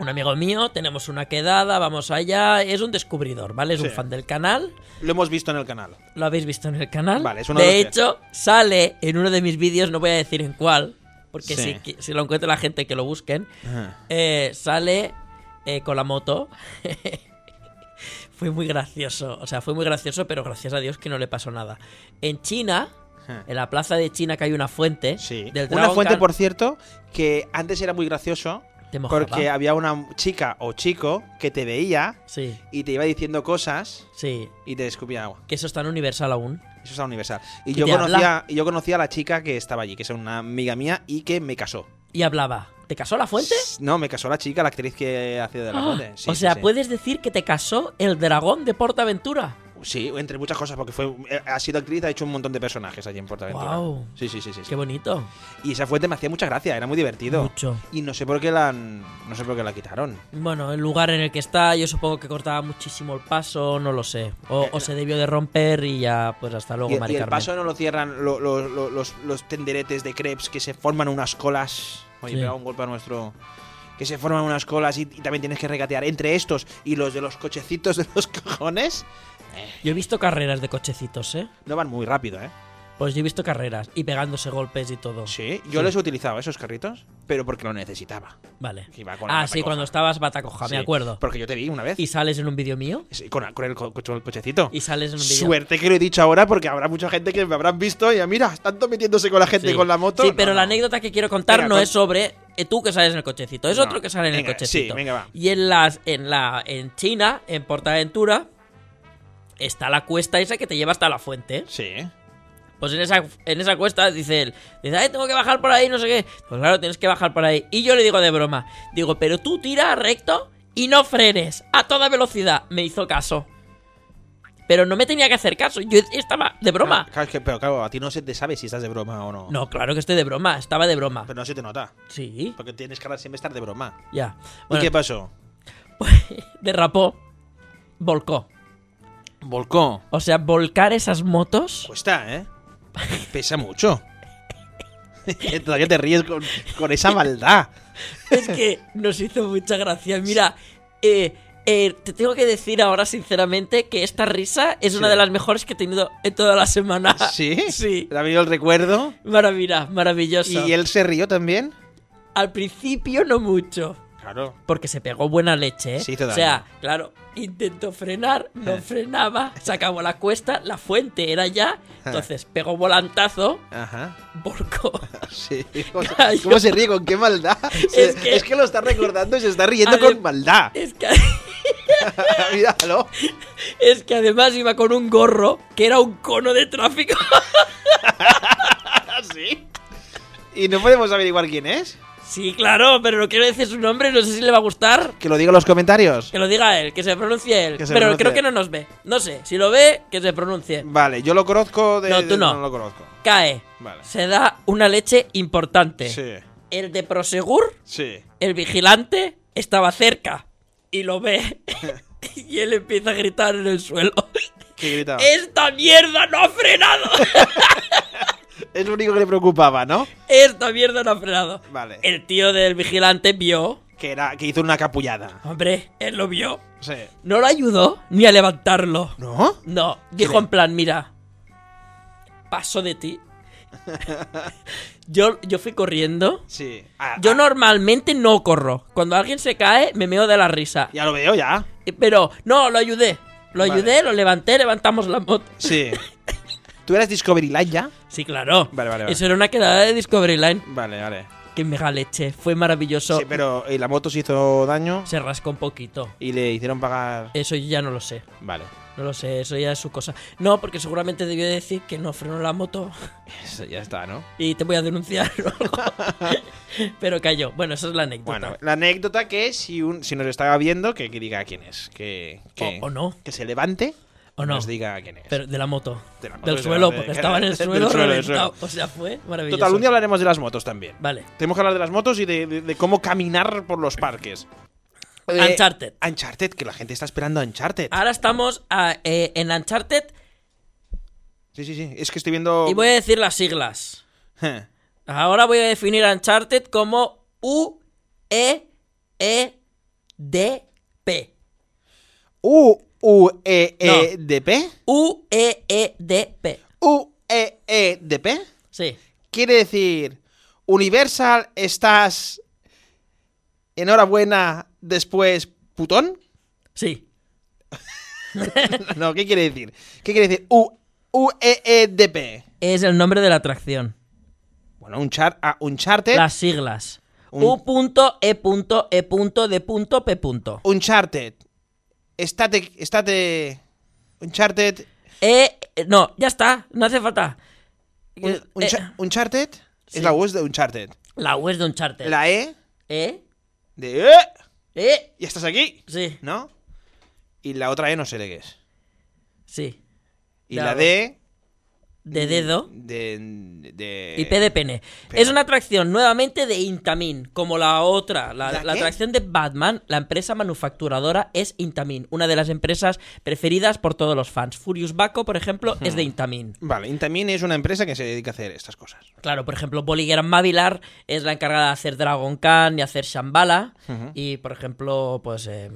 Speaker 2: Un amigo mío, tenemos una quedada, vamos allá, es un descubridor, ¿vale? Es un
Speaker 3: Sí.
Speaker 2: fan del canal,
Speaker 3: Lo hemos visto en el canal.
Speaker 2: lo habéis visto en el canal.
Speaker 3: Vale, es uno
Speaker 2: de
Speaker 3: de los que-
Speaker 2: hecho, sale en uno de mis vídeos, no voy a decir en cuál, porque
Speaker 3: Sí.
Speaker 2: si, qui- si lo encuentra la gente que lo busquen, eh, sale eh, con la moto. (laughs) fue muy gracioso, o sea, fue muy gracioso, pero gracias a Dios que no le pasó nada. En China,
Speaker 3: Ajá.
Speaker 2: en la plaza de China que hay una fuente,
Speaker 3: Ah. Sí.
Speaker 2: del
Speaker 3: una
Speaker 2: Dragon
Speaker 3: fuente,
Speaker 2: Khan-
Speaker 3: por cierto, que antes era muy gracioso
Speaker 2: Te mojaba.
Speaker 3: porque había una chica o chico que te veía
Speaker 2: Sí,
Speaker 3: y te iba diciendo cosas
Speaker 2: sí,
Speaker 3: y te escupía agua.
Speaker 2: que eso está en Universal aún.
Speaker 3: Eso es a universal. Y
Speaker 2: Que
Speaker 3: yo
Speaker 2: te habla.
Speaker 3: conocía, y yo conocía a la chica que estaba allí, que es una amiga mía y que me casó.
Speaker 2: Y hablaba. ¿Te casó la fuente?
Speaker 3: No, me casó la chica, la actriz que hacía de la fuente. Sí,
Speaker 2: Ah, o
Speaker 3: sí,
Speaker 2: sea,
Speaker 3: sí.
Speaker 2: puedes decir que te casó el dragón de Portaventura.
Speaker 3: Sí, entre muchas cosas, porque fue, eh, ha sido actriz, ha hecho un montón de personajes allí en Portaventura.
Speaker 2: Guau.
Speaker 3: Sí, sí, sí, sí. sí.
Speaker 2: Qué bonito.
Speaker 3: Y esa fuente me hacía mucha gracia, era muy divertido.
Speaker 2: Mucho.
Speaker 3: Y no sé por qué la, han- no sé por qué la quitaron.
Speaker 2: Bueno, el lugar en el que está, yo supongo que cortaba muchísimo el paso, no lo sé. O, o se debió de romper y ya, pues hasta luego,
Speaker 3: Eh, Y, y
Speaker 2: Mari
Speaker 3: el
Speaker 2: Carmen.
Speaker 3: paso no lo cierran lo- lo- lo- los, los tenderetes de crepes que se forman unas colas. Oye,
Speaker 2: Sí.
Speaker 3: pega un golpe a nuestro. que se forman unas colas y, y también tienes que regatear entre estos y los de los cochecitos de los (laughs) cojones.
Speaker 2: Yo he visto carreras de cochecitos, ¿eh?
Speaker 3: No van muy rápido, ¿eh?
Speaker 2: Pues yo he visto carreras y pegándose golpes y todo.
Speaker 3: Sí, yo los he utilizado esos carritos, pero porque lo necesitaba.
Speaker 2: Vale.
Speaker 3: Iba con la
Speaker 2: Ah, sí,
Speaker 3: batacoja.
Speaker 2: cuando estabas batacoja, Ah, me
Speaker 3: Sí,
Speaker 2: acuerdo.
Speaker 3: Porque yo te vi una vez.
Speaker 2: Y sales en un vídeo mío.
Speaker 3: Sí, con, con el, co- con el cochecito.
Speaker 2: Y sales en un vídeo.
Speaker 3: Suerte que lo he dicho ahora porque habrá mucha gente que me habrán visto y ya, mira, tanto metiéndose con la gente
Speaker 2: Sí.
Speaker 3: y con la moto.
Speaker 2: Sí,
Speaker 3: No,
Speaker 2: pero la
Speaker 3: no.
Speaker 2: anécdota que quiero contar
Speaker 3: Venga,
Speaker 2: no
Speaker 3: con-
Speaker 2: es sobre eh, tú que sales en el cochecito, es
Speaker 3: No,
Speaker 2: otro que sale en
Speaker 3: venga,
Speaker 2: el cochecito.
Speaker 3: sí, venga, va.
Speaker 2: Y en las en la en China, en Portaventura, está la cuesta esa que te lleva hasta la fuente.
Speaker 3: Sí.
Speaker 2: Pues en esa, en esa cuesta dice él, dice, ay, tengo que bajar por ahí, no sé qué. Pues claro, tienes que bajar por ahí. Y yo le digo de broma, digo, pero tú tira recto y no frenes, a toda velocidad. Me hizo caso. Pero no me tenía que hacer caso, yo estaba de broma.
Speaker 3: Ah, Claro, es que- pero claro, a ti no se te sabe si estás de broma o no.
Speaker 2: No, claro que estoy de broma, estaba de broma.
Speaker 3: Pero no se te nota.
Speaker 2: Sí,
Speaker 3: Porque tienes cara de siempre estar de broma.
Speaker 2: ya.
Speaker 3: ¿Y qué
Speaker 2: Bueno,
Speaker 3: pasó?
Speaker 2: (laughs) derrapó, volcó.
Speaker 3: Volcó.
Speaker 2: O sea, volcar esas motos.
Speaker 3: Cuesta, ¿eh? Pesa mucho. (laughs) Todavía te ríes con, con esa maldad.
Speaker 2: Es que nos hizo mucha gracia. Mira, eh, eh, te tengo que decir ahora sinceramente que esta risa es una
Speaker 3: Sí.
Speaker 2: de las mejores que he tenido en toda la semana.
Speaker 3: ¿Sí?
Speaker 2: Ah, (laughs) Sí.
Speaker 3: Le ha venido el recuerdo.
Speaker 2: Maravilla, maravilloso.
Speaker 3: ¿Y él se rió también?
Speaker 2: Al principio no mucho.
Speaker 3: Claro.
Speaker 2: Porque se pegó buena leche, ¿eh?
Speaker 3: Se hizo Eh.
Speaker 2: o sea, claro, intentó frenar, no frenaba, se acabó la cuesta, la fuente era ya,
Speaker 3: Eh.
Speaker 2: entonces pegó volantazo,
Speaker 3: Ajá. (laughs)
Speaker 2: volcó. (laughs)
Speaker 3: Sí. ¿Cómo se,
Speaker 2: Cayó.
Speaker 3: cómo se ríe? ¿Con qué maldad? Se- (laughs) Es
Speaker 2: que-
Speaker 3: que, lo está recordando y se está riendo
Speaker 2: A ver-
Speaker 3: con maldad. (laughs)
Speaker 2: Es que,
Speaker 3: Míralo.
Speaker 2: es que además iba con un gorro que era un cono de tráfico.
Speaker 3: Ah, ¿Sí? ¿Y no podemos averiguar quién es?
Speaker 2: Sí, claro, pero no quiero decir su nombre, no sé si le va a gustar.
Speaker 3: Que lo diga en los comentarios.
Speaker 2: Que lo diga él, que se pronuncie él.
Speaker 3: Que se
Speaker 2: pero
Speaker 3: pronuncie.
Speaker 2: creo que no nos ve. No sé, si lo ve, que se pronuncie.
Speaker 3: Vale, yo lo conozco de...
Speaker 2: No, tú
Speaker 3: de-
Speaker 2: no.
Speaker 3: lo conozco.
Speaker 2: Cae.
Speaker 3: Vale.
Speaker 2: Se da una leche importante.
Speaker 3: Sí.
Speaker 2: El de Prosegur,
Speaker 3: Sí.
Speaker 2: el vigilante, estaba cerca. Y lo
Speaker 3: (laughs)
Speaker 2: ve. (laughs) y él empieza a gritar en el suelo.
Speaker 3: Que (laughs) gritaba. Es...
Speaker 2: ¡Esta mierda no ha frenado! (laughs)
Speaker 3: lo único que le preocupaba, ¿no?
Speaker 2: ¡Esta mierda no ha frenado!
Speaker 3: Vale.
Speaker 2: El tío del vigilante vio.
Speaker 3: Que, era, que hizo una capullada.
Speaker 2: Hombre, él lo vio.
Speaker 3: Sí.
Speaker 2: No lo ayudó ni a levantarlo.
Speaker 3: ¿No?
Speaker 2: No, dijo en plan, mira, paso de
Speaker 3: (laughs)
Speaker 2: ti. yo, yo fui corriendo.
Speaker 3: Sí. Ah,
Speaker 2: Yo
Speaker 3: ah,
Speaker 2: normalmente no corro. Cuando alguien se cae, me meo de la risa.
Speaker 3: Ya lo veo, ya.
Speaker 2: Eh, Pero no, lo ayudé. Lo
Speaker 3: Vale.
Speaker 2: ayudé, lo levanté, levantamos la moto.
Speaker 3: (laughs) Sí. ¿Tú eras Discovery Line ya?
Speaker 2: Sí, claro.
Speaker 3: Vale, vale, vale.
Speaker 2: Eso era una quedada de Discovery Line.
Speaker 3: Vale, vale.
Speaker 2: Que mega leche. Fue maravilloso.
Speaker 3: Sí, pero ¿y la moto se hizo daño
Speaker 2: Se rascó un poquito.
Speaker 3: y le hicieron pagar.
Speaker 2: Eso yo ya no lo sé.
Speaker 3: Vale.
Speaker 2: No lo sé, eso ya es su cosa. No, porque seguramente debió decir que no frenó la moto.
Speaker 3: Eso ya está, ¿no?
Speaker 2: y te voy a denunciar. o
Speaker 3: (laughs)
Speaker 2: algo. Pero cayó. Bueno, esa es la anécdota.
Speaker 3: Bueno, la anécdota que es si, un, si nos estaba viendo, que, que diga quién es. Que, que-
Speaker 2: O- o no.
Speaker 3: Que se levante
Speaker 2: o
Speaker 3: y
Speaker 2: no.
Speaker 3: nos diga quién es.
Speaker 2: Pero de la moto.
Speaker 3: De la moto,
Speaker 2: Del
Speaker 3: sí,
Speaker 2: suelo,
Speaker 3: pues, de-
Speaker 2: porque estaba en el
Speaker 3: (laughs) del
Speaker 2: suelo
Speaker 3: suelo, del
Speaker 2: reventado. O sea, fue maravilloso.
Speaker 3: Total, un día hablaremos de las motos también.
Speaker 2: Vale.
Speaker 3: Tenemos que hablar de las motos y de, de- de cómo caminar por los parques. Eh,
Speaker 2: Uncharted.
Speaker 3: Uncharted, que la gente está esperando Uncharted.
Speaker 2: Ahora estamos a- eh, en Uncharted
Speaker 3: Sí, sí, sí. Es que estoy viendo.
Speaker 2: y voy a decir las siglas. Ahora voy a definir Uncharted como U E E D P.
Speaker 3: (laughs) U U E E D P
Speaker 2: U E E D P.
Speaker 3: U E E D P
Speaker 2: Sí.
Speaker 3: quiere decir Universal estás enhorabuena después putón. (laughs)
Speaker 2: Sí.
Speaker 3: No, ¿qué quiere decir? ¿Qué quiere decir U U E E D P?
Speaker 2: Es el nombre de la atracción.
Speaker 3: Bueno, un char ah, un charter,
Speaker 2: Las siglas. E
Speaker 3: Un-
Speaker 2: U.E.E.D.P.
Speaker 3: un charted. Estate estate un charted,
Speaker 2: Eh, eh, no, ya está, no hace falta.
Speaker 3: un, un
Speaker 2: Eh,
Speaker 3: cha- un charted
Speaker 2: sí.
Speaker 3: es la U es de un charted.
Speaker 2: la U es de un charter.
Speaker 3: La E
Speaker 2: ¿Eh?
Speaker 3: de ¡Eh!
Speaker 2: ¿Eh?
Speaker 3: ya estás aquí,
Speaker 2: Sí,
Speaker 3: ¿no? Y la otra E no sé de qué es.
Speaker 2: sí.
Speaker 3: Y
Speaker 2: Ya,
Speaker 3: la
Speaker 2: bueno.
Speaker 3: D
Speaker 2: de dedo
Speaker 3: De, de-
Speaker 2: y P de pene.
Speaker 3: Mm, eh, Pero-
Speaker 2: Es una atracción nuevamente de Intamin, como la otra. La,
Speaker 3: ¿La
Speaker 2: la
Speaker 3: qué?
Speaker 2: atracción de Batman, la empresa manufacturadora, es Intamin, una de las empresas preferidas por todos los fans. Furious Baco, por ejemplo, es
Speaker 3: Hmm.
Speaker 2: de Intamin.
Speaker 3: Vale, Intamin es una empresa que se dedica a hacer estas cosas.
Speaker 2: Claro, por ejemplo, Bolliger Mavilar es la encargada de hacer Dragon Khan y hacer Shambhala. Y, por ejemplo, pues. eh,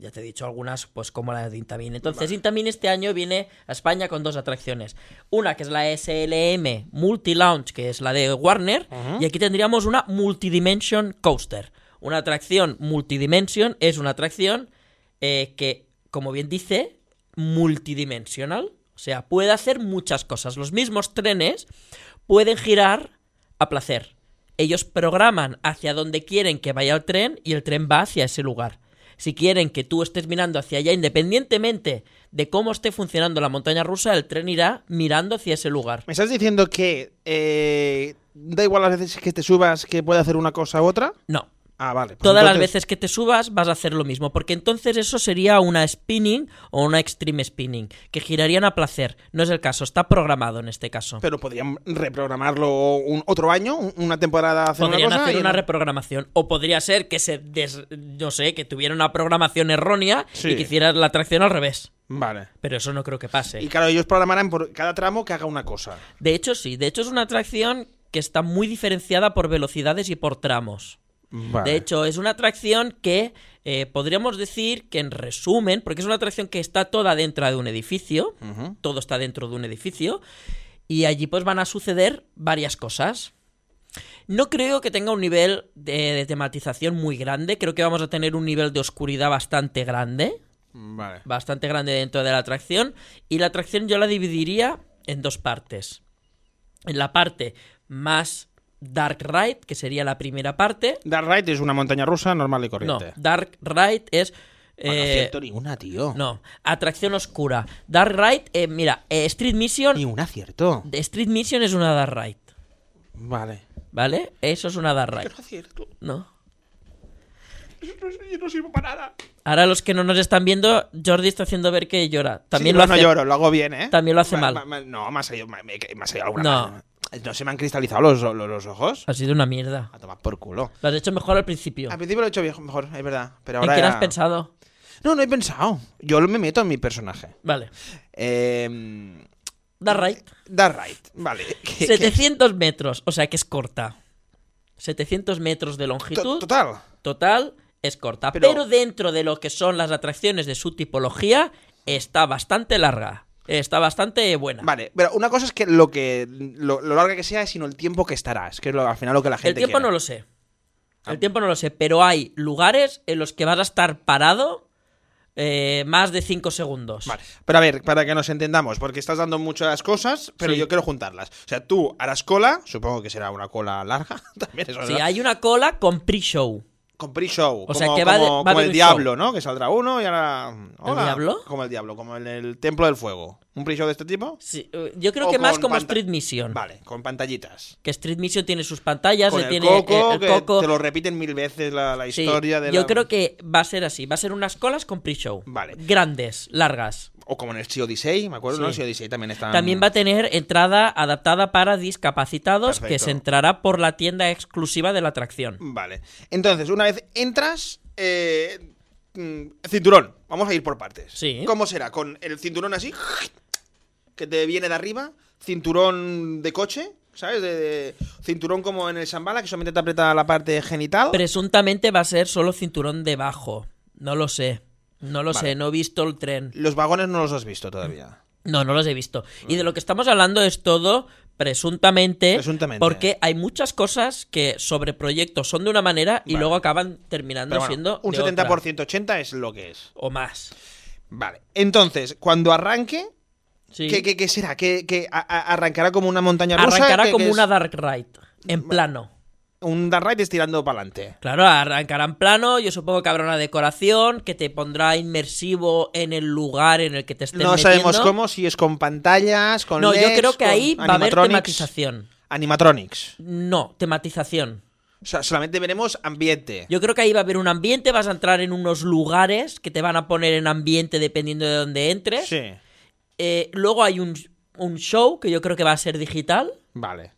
Speaker 2: ya te he dicho algunas, pues como la de Intamin. Entonces, Intamin este año viene a España con dos atracciones. Una que es la SLM Multi Lounge, que es la de Warner. Y aquí tendríamos una Multidimension Coaster. Una atracción multidimension es una atracción eh, que, como bien dice, multidimensional. O sea, puede hacer muchas cosas. Los mismos trenes pueden girar a placer. Ellos programan hacia donde quieren que vaya el tren y el tren va hacia ese lugar. Si quieren que tú estés mirando hacia allá, independientemente de cómo esté funcionando la montaña rusa, el tren irá mirando hacia ese lugar.
Speaker 3: ¿Me estás diciendo que eh, da igual las veces que te subas que puede hacer una cosa u otra?
Speaker 2: No,
Speaker 3: Ah, vale. pues
Speaker 2: Todas las
Speaker 3: entonces-
Speaker 2: veces que te subas vas a hacer lo mismo, porque entonces eso sería una spinning o una extreme spinning, que girarían a placer. No es el caso, está programado en este caso.
Speaker 3: Pero podrían reprogramarlo un otro año, un- una temporada hacer
Speaker 2: Podrían
Speaker 3: una cosa.
Speaker 2: hacer
Speaker 3: y
Speaker 2: una
Speaker 3: no-
Speaker 2: reprogramación. O podría ser que se des- no sé, que tuviera una programación errónea
Speaker 3: Sí.
Speaker 2: y que hicieras la atracción al revés.
Speaker 3: Vale.
Speaker 2: Pero eso no creo que pase.
Speaker 3: Y claro, ellos programarán por cada tramo que haga una cosa.
Speaker 2: De hecho, sí, de hecho es una atracción que está muy diferenciada por velocidades y por tramos.
Speaker 3: Vale.
Speaker 2: De hecho, es una atracción que eh, podríamos decir que en resumen, porque es una atracción que está toda dentro de un edificio,
Speaker 3: Ujú.
Speaker 2: todo está dentro de un edificio, y allí pues van a suceder varias cosas. No creo que tenga un nivel de, de tematización muy grande, creo que vamos a tener un nivel de oscuridad bastante grande,
Speaker 3: Vale.
Speaker 2: bastante grande dentro de la atracción, y la atracción yo la dividiría en dos partes. En la parte más Dark Ride, que sería la primera parte,
Speaker 3: Dark Ride es una montaña rusa normal y
Speaker 2: no,
Speaker 3: corriente.
Speaker 2: Dark Ride es.
Speaker 3: Bueno,
Speaker 2: eh,
Speaker 3: acierto ni una, tío.
Speaker 2: no, atracción oscura. Dark Ride, eh, mira, eh, Street Mission.
Speaker 3: Ni un acierto.
Speaker 2: Street Mission es una Dark Ride,
Speaker 3: Vale.
Speaker 2: ¿vale? Eso es una Dark Ride,
Speaker 3: acierto.
Speaker 2: ¿no?
Speaker 3: Yo no sirvo para nada.
Speaker 2: Ahora los que no nos están viendo, Jordi está haciendo ver que llora. También
Speaker 3: Sí,
Speaker 2: lo
Speaker 3: no,
Speaker 2: hace.
Speaker 3: no lloro, lo hago bien, ¿eh?
Speaker 2: También lo hace
Speaker 3: Ma-
Speaker 2: mal.
Speaker 3: ma- ma- no, me ha salido, me, me- me ha salido alguna
Speaker 2: No.
Speaker 3: mal. ¿No se me han cristalizado los, los, los ojos?
Speaker 2: Ha sido una mierda.
Speaker 3: A tomar por culo.
Speaker 2: Lo has hecho mejor al principio.
Speaker 3: Al principio lo he hecho viejo- mejor, es verdad. Pero
Speaker 2: ¿En
Speaker 3: ahora
Speaker 2: quién
Speaker 3: ya-
Speaker 2: has pensado?
Speaker 3: No, no he pensado. Yo me meto en mi personaje.
Speaker 2: Vale.
Speaker 3: Eh,
Speaker 2: Dark Ride.
Speaker 3: Dark Ride, vale. Que- que-
Speaker 2: 700 metros, o sea que es corta. 700 metros de
Speaker 3: to-
Speaker 2: longitud.
Speaker 3: Total.
Speaker 2: total es corta.
Speaker 3: Pero-
Speaker 2: Pero... dentro de lo que son las atracciones de su tipología, está bastante larga. Está bastante buena.
Speaker 3: Vale, pero una cosa es que lo que lo, lo larga que sea, sino el tiempo que estarás, que es lo- al final lo que la gente
Speaker 2: El tiempo no
Speaker 3: quiere.
Speaker 2: lo sé. El tiempo no lo sé, pero hay lugares en los que vas a estar parado eh, más de 5 segundos.
Speaker 3: Vale, pero a ver, para que nos entendamos, porque estás dando muchas cosas, pero
Speaker 2: Sí.
Speaker 3: yo quiero juntarlas. O sea, tú harás cola, supongo que será una cola larga, (laughs) también eso,
Speaker 2: Sí,
Speaker 3: ¿verdad?
Speaker 2: hay una cola con pre-show.
Speaker 3: Con pre-show,
Speaker 2: O sea,
Speaker 3: como,
Speaker 2: que va de-
Speaker 3: como-
Speaker 2: va
Speaker 3: como
Speaker 2: de
Speaker 3: el
Speaker 2: un
Speaker 3: diablo, ¿no? Que saldrá uno y ahora... hola.
Speaker 2: diablo?
Speaker 3: Como el diablo, como el, el templo del fuego. ¿Un pre-show de este tipo?
Speaker 2: Sí, eh, yo creo
Speaker 3: O
Speaker 2: que más
Speaker 3: con
Speaker 2: como
Speaker 3: panta-
Speaker 2: Street Mission.
Speaker 3: Vale, con pantallitas.
Speaker 2: Que Street Mission tiene sus pantallas,
Speaker 3: con
Speaker 2: eh,
Speaker 3: el
Speaker 2: tiene eh,
Speaker 3: coco,
Speaker 2: el
Speaker 3: que
Speaker 2: coco.
Speaker 3: te lo repiten mil veces la, la
Speaker 2: Sí,
Speaker 3: historia de
Speaker 2: yo
Speaker 3: la-
Speaker 2: creo que va a ser así. Va a ser unas colas con pre-show.
Speaker 3: Vale.
Speaker 2: Grandes, largas.
Speaker 3: O como en el Sea Odyssey, me acuerdo,
Speaker 2: Sí.
Speaker 3: ¿no? El Sea Odyssey también está...
Speaker 2: También va a tener entrada adaptada para discapacitados que
Speaker 3: Perfecto.
Speaker 2: se entrará por la tienda exclusiva de la atracción.
Speaker 3: Vale. Entonces, una vez entras... eh, mm, Cinturón. Vamos a ir por partes.
Speaker 2: Sí.
Speaker 3: ¿Cómo será? ¿Con el cinturón así? Que te viene de arriba. Cinturón de coche, ¿sabes? De, de- cinturón como en el Shambhala, que solamente te aprieta la parte genital.
Speaker 2: Presuntamente va a ser solo cinturón debajo. No lo sé. No lo
Speaker 3: Vale.
Speaker 2: sé, no he visto el tren.
Speaker 3: Los vagones no los has visto todavía.
Speaker 2: No, no los he visto. Y
Speaker 3: Mm.
Speaker 2: de lo que estamos hablando es todo presuntamente,
Speaker 3: Presuntamente.
Speaker 2: porque hay muchas cosas que sobre proyectos son de una manera y
Speaker 3: Vale.
Speaker 2: luego acaban terminando
Speaker 3: Pero bueno,
Speaker 2: siendo
Speaker 3: un
Speaker 2: de otra.
Speaker 3: 70% 80 es lo que es.
Speaker 2: o más.
Speaker 3: Vale. Entonces, cuando arranque,
Speaker 2: Sí.
Speaker 3: ¿Qué, qué- qué será? ¿Qué, qué a- a- arrancará como una montaña rusa?
Speaker 2: Arrancará
Speaker 3: ¿Qué- qué
Speaker 2: como
Speaker 3: es?
Speaker 2: una dark ride en plano.
Speaker 3: Un Dark Ride estirando para adelante.
Speaker 2: Claro, arrancarán plano, yo supongo que habrá una decoración que te pondrá inmersivo en el lugar en el que te estés
Speaker 3: No sabemos
Speaker 2: metiendo.
Speaker 3: cómo, si es con pantallas, con
Speaker 2: No, yo
Speaker 3: LEDs,
Speaker 2: creo que
Speaker 3: con
Speaker 2: ahí va a haber
Speaker 3: animatronics.
Speaker 2: tematización.
Speaker 3: Animatronics.
Speaker 2: No, tematización.
Speaker 3: O sea, solamente veremos ambiente.
Speaker 2: Yo creo que ahí va a haber un ambiente, vas a entrar en unos lugares que te van a poner en ambiente dependiendo de dónde entres.
Speaker 3: Sí.
Speaker 2: Eh, luego hay un un show que yo creo que va a ser digital.
Speaker 3: Vale.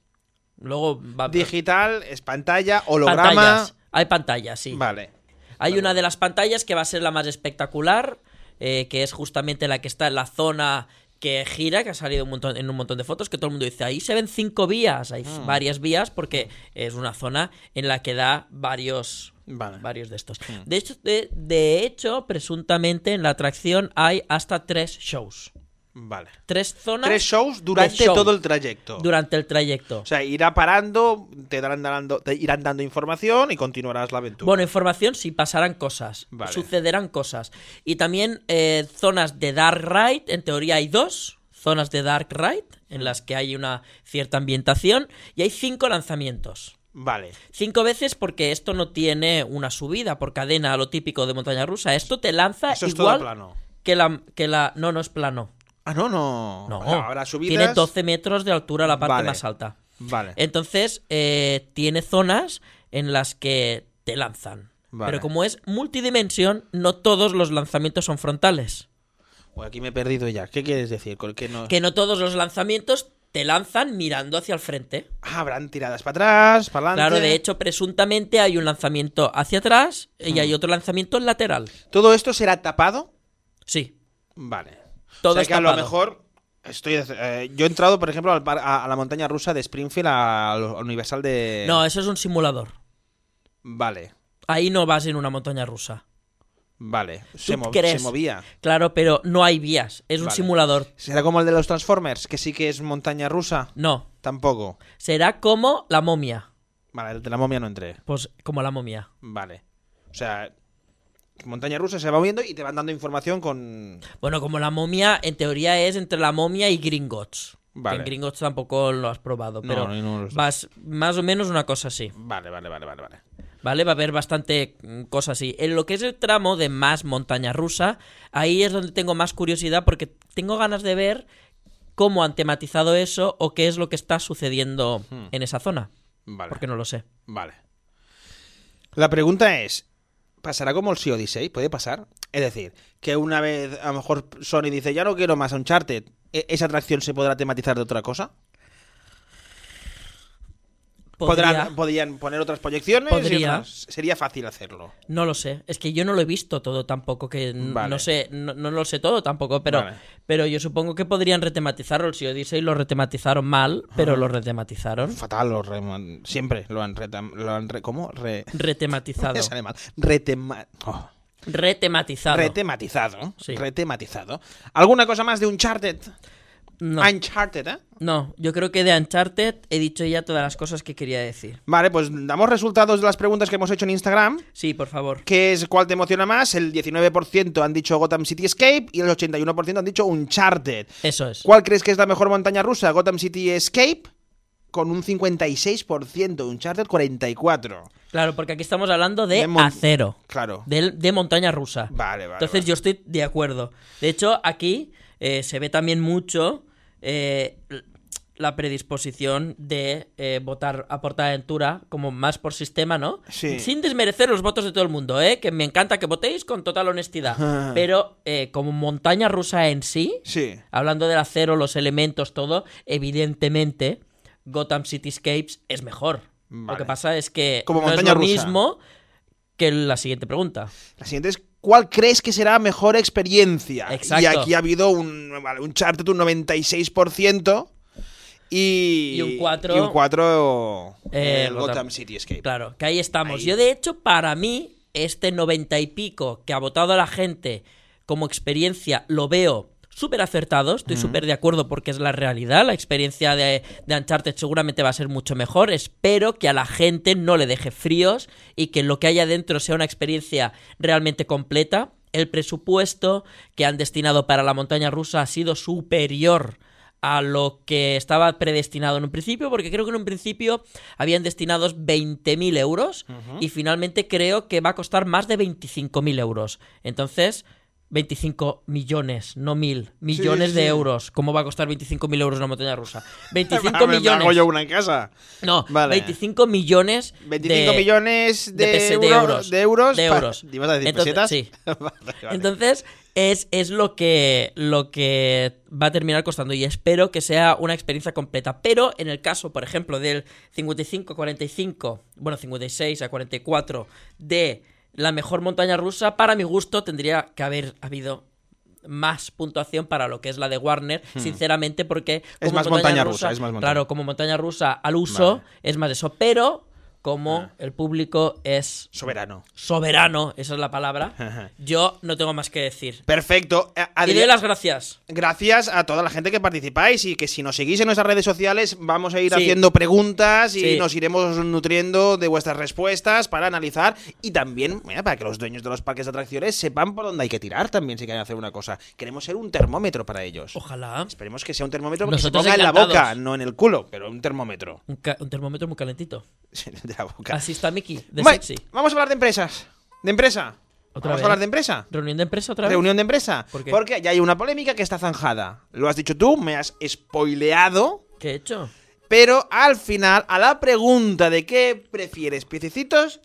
Speaker 2: Luego va
Speaker 3: Digital, es pantalla, holograma.
Speaker 2: Pantallas. Hay pantallas, sí.
Speaker 3: Vale.
Speaker 2: Hay una de las pantallas que va a ser la más espectacular, eh, que es justamente la que está en la zona que gira, que ha salido un montón, en un montón de fotos, que todo el mundo dice, ahí se ven cinco vías, hay
Speaker 3: Ah.
Speaker 2: varias vías, porque es una zona en la que da varios...
Speaker 3: Vale.
Speaker 2: Varios de estos. De hecho, de, de hecho, presuntamente en la atracción hay hasta tres shows.
Speaker 3: Vale.
Speaker 2: Tres zonas.
Speaker 3: Tres shows durante
Speaker 2: show.
Speaker 3: todo el trayecto.
Speaker 2: Durante el trayecto.
Speaker 3: O sea, irá parando, te, darán dando, te irán dando información y continuarás la aventura.
Speaker 2: Bueno, información si pasarán cosas,
Speaker 3: Vale.
Speaker 2: sucederán cosas. Y también eh, zonas de Dark Ride, en teoría hay dos zonas de Dark Ride, en las que hay una cierta ambientación, y hay cinco lanzamientos.
Speaker 3: vale.
Speaker 2: Cinco veces porque esto no tiene una subida por cadena, lo típico de montaña rusa. Esto te lanza
Speaker 3: Eso es todo
Speaker 2: igual
Speaker 3: plano.
Speaker 2: que la que la no no es plano.
Speaker 3: Ah, no, no.
Speaker 2: No,
Speaker 3: Habrá subidas.
Speaker 2: tiene 12 metros de altura la parte
Speaker 3: Vale.
Speaker 2: más alta.
Speaker 3: Vale.
Speaker 2: Entonces, eh, tiene zonas en las que te lanzan.
Speaker 3: Vale.
Speaker 2: Pero como es multidimensión, no todos los lanzamientos son frontales.
Speaker 3: Pues aquí me he perdido ya. ¿Qué quieres decir? ¿Con qué no?
Speaker 2: Que no todos los lanzamientos te lanzan mirando hacia el frente.
Speaker 3: Ah, habrán tiradas para atrás, para adelante.
Speaker 2: Claro, de hecho, presuntamente hay un lanzamiento hacia atrás
Speaker 3: Hmm.
Speaker 2: y hay otro lanzamiento lateral.
Speaker 3: ¿Todo esto será tapado?
Speaker 2: Sí.
Speaker 3: Vale.
Speaker 2: Todo
Speaker 3: o sea
Speaker 2: es
Speaker 3: que a lo
Speaker 2: tapado.
Speaker 3: mejor. Estoy, eh, yo he entrado, por ejemplo, al par- a, a la montaña rusa de Springfield, al Universal de.
Speaker 2: No, eh. eso es un simulador.
Speaker 3: Vale,
Speaker 2: Ahí no vas en una montaña rusa.
Speaker 3: vale. Se, mo-
Speaker 2: crees?
Speaker 3: se movía.
Speaker 2: Claro, pero no hay vías. Es un
Speaker 3: Vale.
Speaker 2: simulador.
Speaker 3: ¿Será como el de los Transformers, que sí que es montaña rusa?
Speaker 2: No.
Speaker 3: Tampoco.
Speaker 2: Será como la momia.
Speaker 3: Vale, el de la momia no entré.
Speaker 2: Pues como la momia.
Speaker 3: Vale. O sea, montaña rusa se va moviendo y te van dando información con.
Speaker 2: Bueno, como la momia, en teoría es entre la momia y Gringotts. Que
Speaker 3: Vale.
Speaker 2: En Gringotts tampoco lo has probado,
Speaker 3: No,
Speaker 2: pero
Speaker 3: no, no lo sé.
Speaker 2: vas más o menos una cosa así,
Speaker 3: Vale, vale, vale, vale, vale.
Speaker 2: ¿vale? Va a haber bastante mm, cosas así. En lo que es el tramo de más montaña rusa, ahí es donde tengo más curiosidad porque tengo ganas de ver cómo han tematizado eso o qué es lo que está sucediendo en esa zona,
Speaker 3: Hmm. Vale.
Speaker 2: porque no lo sé.
Speaker 3: Vale. La pregunta es: ¿pasará como el Sea Odyssey? ¿Puede pasar? Es decir, que una vez a lo mejor Sony dice, ya no quiero más Uncharted, ¿e- ¿esa atracción se podrá tematizar de otra cosa?
Speaker 2: Podría-
Speaker 3: Podrán, podrían poner otras proyecciones. y
Speaker 2: Podría.
Speaker 3: otras- Sería fácil hacerlo.
Speaker 2: No lo sé, es que yo no lo he visto todo tampoco, que n-
Speaker 3: Vale.
Speaker 2: no sé, no, no lo sé todo tampoco, pero,
Speaker 3: Vale.
Speaker 2: pero yo supongo que podrían retematizarlo, el Sea Odyssey lo retematizaron mal, pero lo retematizaron.
Speaker 3: Fatal, lo reman- siempre lo han, retam- lo han re- ¿Cómo? Re-
Speaker 2: Retematizado.
Speaker 3: Me sale mal. Retema- oh.
Speaker 2: Retematizado.
Speaker 3: Retematizado.
Speaker 2: Sí.
Speaker 3: Retematizado. ¿Alguna cosa más de Uncharted?
Speaker 2: no,
Speaker 3: Uncharted, ¿eh?
Speaker 2: no, yo creo que de Uncharted he dicho ya todas las cosas que quería decir.
Speaker 3: Vale, pues damos resultados de las preguntas que hemos hecho en Instagram.
Speaker 2: Sí, por favor.
Speaker 3: ¿Qué es cuál te emociona más? El 19% han dicho Gotham City Escape y el 81% han dicho Uncharted.
Speaker 2: Eso es.
Speaker 3: ¿Cuál crees que es la mejor montaña rusa? Gotham City Escape con un 56%, Uncharted 44.
Speaker 2: Claro, porque aquí estamos hablando de,
Speaker 3: De mon-
Speaker 2: acero,
Speaker 3: Claro.
Speaker 2: de, de montaña rusa.
Speaker 3: Vale, vale.
Speaker 2: Entonces
Speaker 3: vale.
Speaker 2: yo estoy de acuerdo. De hecho, aquí eh, se ve también mucho eh, l- la predisposición de eh, votar a PortAventura como más por sistema, ¿no?
Speaker 3: Sí.
Speaker 2: Sin desmerecer los votos de todo el mundo, ¿eh? Que me encanta que votéis con total
Speaker 3: Ah.
Speaker 2: honestidad. Pero eh, como montaña rusa en sí,
Speaker 3: Sí.
Speaker 2: hablando del acero, los elementos, todo, evidentemente Gotham Cityscapes es mejor. Lo
Speaker 3: Vale.
Speaker 2: que pasa es que
Speaker 3: Como
Speaker 2: no es
Speaker 3: montaña
Speaker 2: lo
Speaker 3: rusa.
Speaker 2: mismo que la siguiente pregunta.
Speaker 3: La siguiente es, ¿cuál crees que será mejor experiencia?
Speaker 2: Exacto.
Speaker 3: Y aquí ha habido un, vale, un Uncharted un 96% y,
Speaker 2: Y un cuatro-
Speaker 3: y un 4
Speaker 2: Eh,
Speaker 3: el
Speaker 2: Gotham-
Speaker 3: Gotham, City Escape.
Speaker 2: Claro, que ahí estamos.
Speaker 3: Ahí.
Speaker 2: Yo, de hecho, para mí, este noventa y pico que ha votado la gente como experiencia, lo veo súper acertado, estoy súper de acuerdo porque es la realidad, la experiencia de, de Uncharted seguramente va a ser mucho mejor, espero que a la gente no le deje fríos y que lo que haya dentro sea una experiencia realmente completa. El presupuesto que han destinado para la montaña rusa ha sido superior a lo que estaba predestinado en un principio, porque creo que en un principio habían destinados 20.000 euros y finalmente creo que va a costar más de 25.000 euros. Entonces, 25 millones, no mil, millones
Speaker 3: Sí,
Speaker 2: de
Speaker 3: sí.
Speaker 2: euros. ¿Cómo va a costar 25.000 euros una montaña rusa? 25
Speaker 3: (laughs) Ah, Me- me hago yo
Speaker 2: millones.
Speaker 3: una en casa.
Speaker 2: No,
Speaker 3: Vale.
Speaker 2: 25 millones. de-
Speaker 3: 25 millones de,
Speaker 2: pese-
Speaker 3: euro-
Speaker 2: de euros.
Speaker 3: De euros.
Speaker 2: De
Speaker 3: pa-
Speaker 2: euros.
Speaker 3: ¿Ibas a decir
Speaker 2: Entonces,
Speaker 3: pesetas?
Speaker 2: sí.
Speaker 3: (laughs) Vale, vale.
Speaker 2: Entonces, es, es lo, que, lo que va a terminar costando y espero que sea una experiencia completa. Pero en el caso, por ejemplo, del 55-45, bueno, 56 a 44 de la mejor montaña rusa, para mi gusto tendría que haber habido más puntuación para lo que es la de Warner, sinceramente, porque...
Speaker 3: Hmm. Es
Speaker 2: como
Speaker 3: más montaña rusa, es más montaña.
Speaker 2: Claro, como montaña rusa al uso,
Speaker 3: Vale. Ah.
Speaker 2: es más de eso, pero como el público es
Speaker 3: Soberano.
Speaker 2: soberano, esa es la
Speaker 3: (laughs)
Speaker 2: palabra, yo no tengo más que decir.
Speaker 3: Perfecto. A-
Speaker 2: Y
Speaker 3: Adri-
Speaker 2: doy las gracias.
Speaker 3: Gracias a toda la gente que participáis y que si nos seguís en nuestras redes sociales vamos a ir
Speaker 2: Sí.
Speaker 3: haciendo preguntas y
Speaker 2: Sí.
Speaker 3: nos iremos nutriendo de vuestras respuestas para analizar y también mira, para que los dueños de los parques de atracciones sepan por dónde hay que tirar también si quieren hacer una cosa. Queremos ser un termómetro para ellos.
Speaker 2: Ojalá.
Speaker 3: Esperemos que sea un termómetro que se
Speaker 2: Nosotros
Speaker 3: ponga en la
Speaker 2: encantados.
Speaker 3: boca, no en el culo, pero un termómetro (laughs)
Speaker 2: Un, ca- un termómetro muy calentito.
Speaker 3: de la boca.
Speaker 2: Así está Mickey, de
Speaker 3: Va-
Speaker 2: sexy.
Speaker 3: Vamos a hablar de empresas. ¿De empresa?
Speaker 2: Otra
Speaker 3: ¿Vamos
Speaker 2: vez.
Speaker 3: a hablar de empresa?
Speaker 2: ¿Reunión de empresa otra vez?
Speaker 3: Reunión de empresa.
Speaker 2: ¿Por qué?
Speaker 3: Porque ya hay una polémica que está zanjada. Lo has dicho tú, me has spoileado.
Speaker 2: ¿Qué he hecho?
Speaker 3: Pero al final, a la pregunta de qué prefieres, piececitos,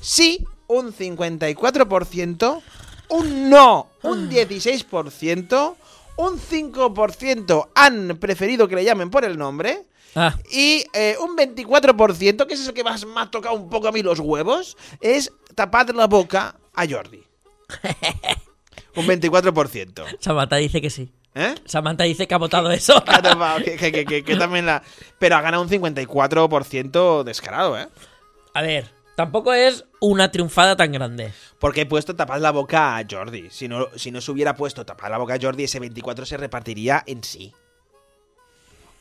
Speaker 3: sí, un 54%, un no,
Speaker 2: Ah.
Speaker 3: un 16%, un 5% han preferido que le llamen por el nombre.
Speaker 2: Ah,
Speaker 3: Y eh, un 24%, que es eso que más me ha tocado un poco a mí los huevos, es tapar la boca a Jordi. Un 24%.
Speaker 2: Samantha dice que sí.
Speaker 3: ¿Eh?
Speaker 2: Samantha dice que ha
Speaker 3: (laughs)
Speaker 2: votado eso.
Speaker 3: Que ha tapado, que, que- que- que- que también la... Pero ha ganado un 54% descarado, ¿eh?
Speaker 2: A ver, tampoco es una triunfada tan grande.
Speaker 3: Porque he puesto tapar la boca a Jordi. Si no, si no se hubiera puesto tapar la boca a Jordi, ese 24 se repartiría en sí.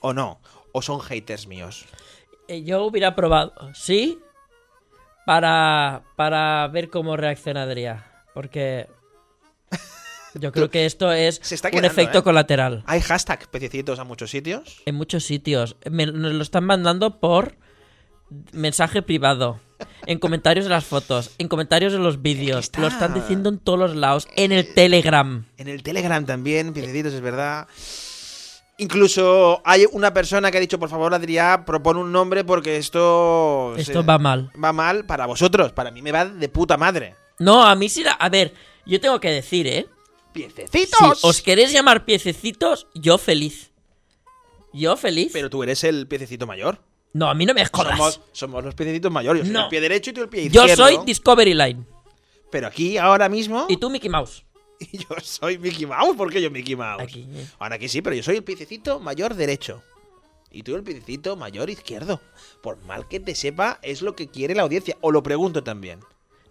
Speaker 3: ¿O no? ¿O son haters míos?
Speaker 2: Eh, Yo hubiera probado, ¿sí? Para, para ver cómo reaccionaría. Porque
Speaker 3: (laughs)
Speaker 2: yo creo que esto es
Speaker 3: Se está
Speaker 2: un
Speaker 3: quedando,
Speaker 2: efecto
Speaker 3: ¿eh?
Speaker 2: colateral.
Speaker 3: ¿Hay hashtag pececitos a muchos sitios?
Speaker 2: En muchos sitios. Me- nos lo están mandando por mensaje privado. En comentarios de las fotos, en comentarios de los vídeos.
Speaker 3: está- Eh,
Speaker 2: Lo están diciendo en todos los lados. En el Telegram.
Speaker 3: En el Telegram también, piecitos, es verdad. Incluso hay una persona que ha dicho, por favor, Adrián, propone un nombre porque esto...
Speaker 2: Esto
Speaker 3: se-
Speaker 2: va mal.
Speaker 3: va mal para vosotros. Para mí me va de puta madre.
Speaker 2: No, a mí sí la... A ver, yo tengo que decir, ¿eh? Si
Speaker 3: ¡Piececitos!
Speaker 2: os queréis llamar piececitos, yo feliz. Yo feliz.
Speaker 3: Pero tú eres el piececito mayor.
Speaker 2: No, a mí no me jodas.
Speaker 3: Somos, somos los piececitos mayores. Yo soy
Speaker 2: No.
Speaker 3: el pie derecho y tú el pie
Speaker 2: Yo
Speaker 3: izquierdo.
Speaker 2: soy Discovery Line.
Speaker 3: Pero aquí, ahora mismo,
Speaker 2: Y tú Mickey Mouse.
Speaker 3: (laughs) yo soy Mickey Mouse. ¿Por qué yo Mickey Mouse?
Speaker 2: Aquí, eh.
Speaker 3: Ahora aquí sí, pero yo soy el piececito mayor derecho. Y tú el piececito mayor izquierdo. Por mal que te sepa, es lo que quiere la audiencia. O lo pregunto también.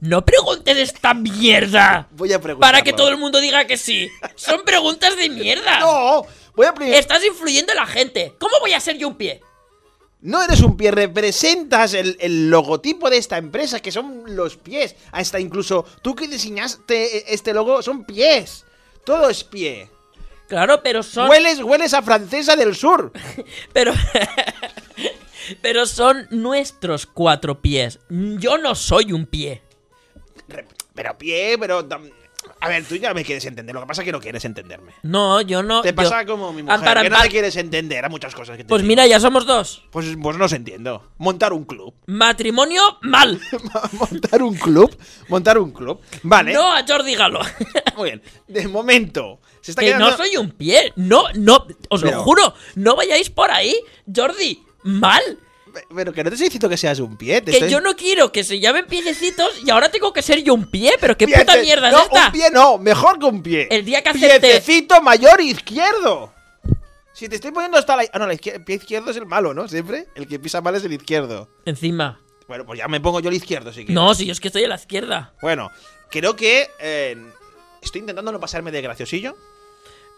Speaker 2: No preguntes esta mierda.
Speaker 3: Voy a preguntar.
Speaker 2: Para que todo el mundo diga que sí. Son preguntas de mierda.
Speaker 3: ¡No! eh. Voy a pre-
Speaker 2: Estás influyendo a la gente. ¿Cómo voy a ser yo un pie?
Speaker 3: No eres un pie, representas el, el logotipo de esta empresa, que son los pies. Hasta incluso tú que diseñaste este logo, son pies. Todo es pie.
Speaker 2: Claro, pero son.
Speaker 3: Hueles, hueles a francesa del sur. (laughs)
Speaker 2: Pero. (laughs) pero son nuestros cuatro pies. Yo no soy un pie.
Speaker 3: Re- Pero pie, pero... tam- A ver, tú ya me quieres entender. Lo que pasa es que no quieres entenderme.
Speaker 2: No, yo no.
Speaker 3: Te
Speaker 2: yo-
Speaker 3: pasa como mi mujer,
Speaker 2: Amparo,
Speaker 3: que no
Speaker 2: Amparo-
Speaker 3: me quieres entender a muchas cosas que te
Speaker 2: Pues
Speaker 3: digo.
Speaker 2: mira, ya somos dos.
Speaker 3: Pues, pues no os entiendo. Montar un club.
Speaker 2: Matrimonio mal.
Speaker 3: (laughs) montar un club. Montar un club. (laughs) Vale.
Speaker 2: No a Jordi Galo.
Speaker 3: Muy bien. De momento. Se está
Speaker 2: que
Speaker 3: quedando...
Speaker 2: no soy un pie. No, no. Os
Speaker 3: Pero-
Speaker 2: lo juro. No vayáis por ahí, Jordi. Mal.
Speaker 3: Pero que no te estoy diciendo que seas un pie. te
Speaker 2: Que
Speaker 3: estoy-
Speaker 2: yo no quiero que se llamen piececitos y ahora tengo que ser yo un pie. Pero qué
Speaker 3: Piece-
Speaker 2: puta mierda
Speaker 3: no,
Speaker 2: es esta.
Speaker 3: un pie no, mejor que un pie.
Speaker 2: El día que acepte-
Speaker 3: Piececito mayor izquierdo. Si te estoy poniendo hasta la... Ah, no, la izquier- el pie izquierdo es el malo, ¿no? Siempre. El que pisa mal es el izquierdo.
Speaker 2: Encima.
Speaker 3: Bueno, pues ya me pongo yo el izquierdo, si quieres.
Speaker 2: No, si yo es que estoy a la izquierda.
Speaker 3: Bueno, creo que... eh, estoy intentando no pasarme de graciosillo. (laughs)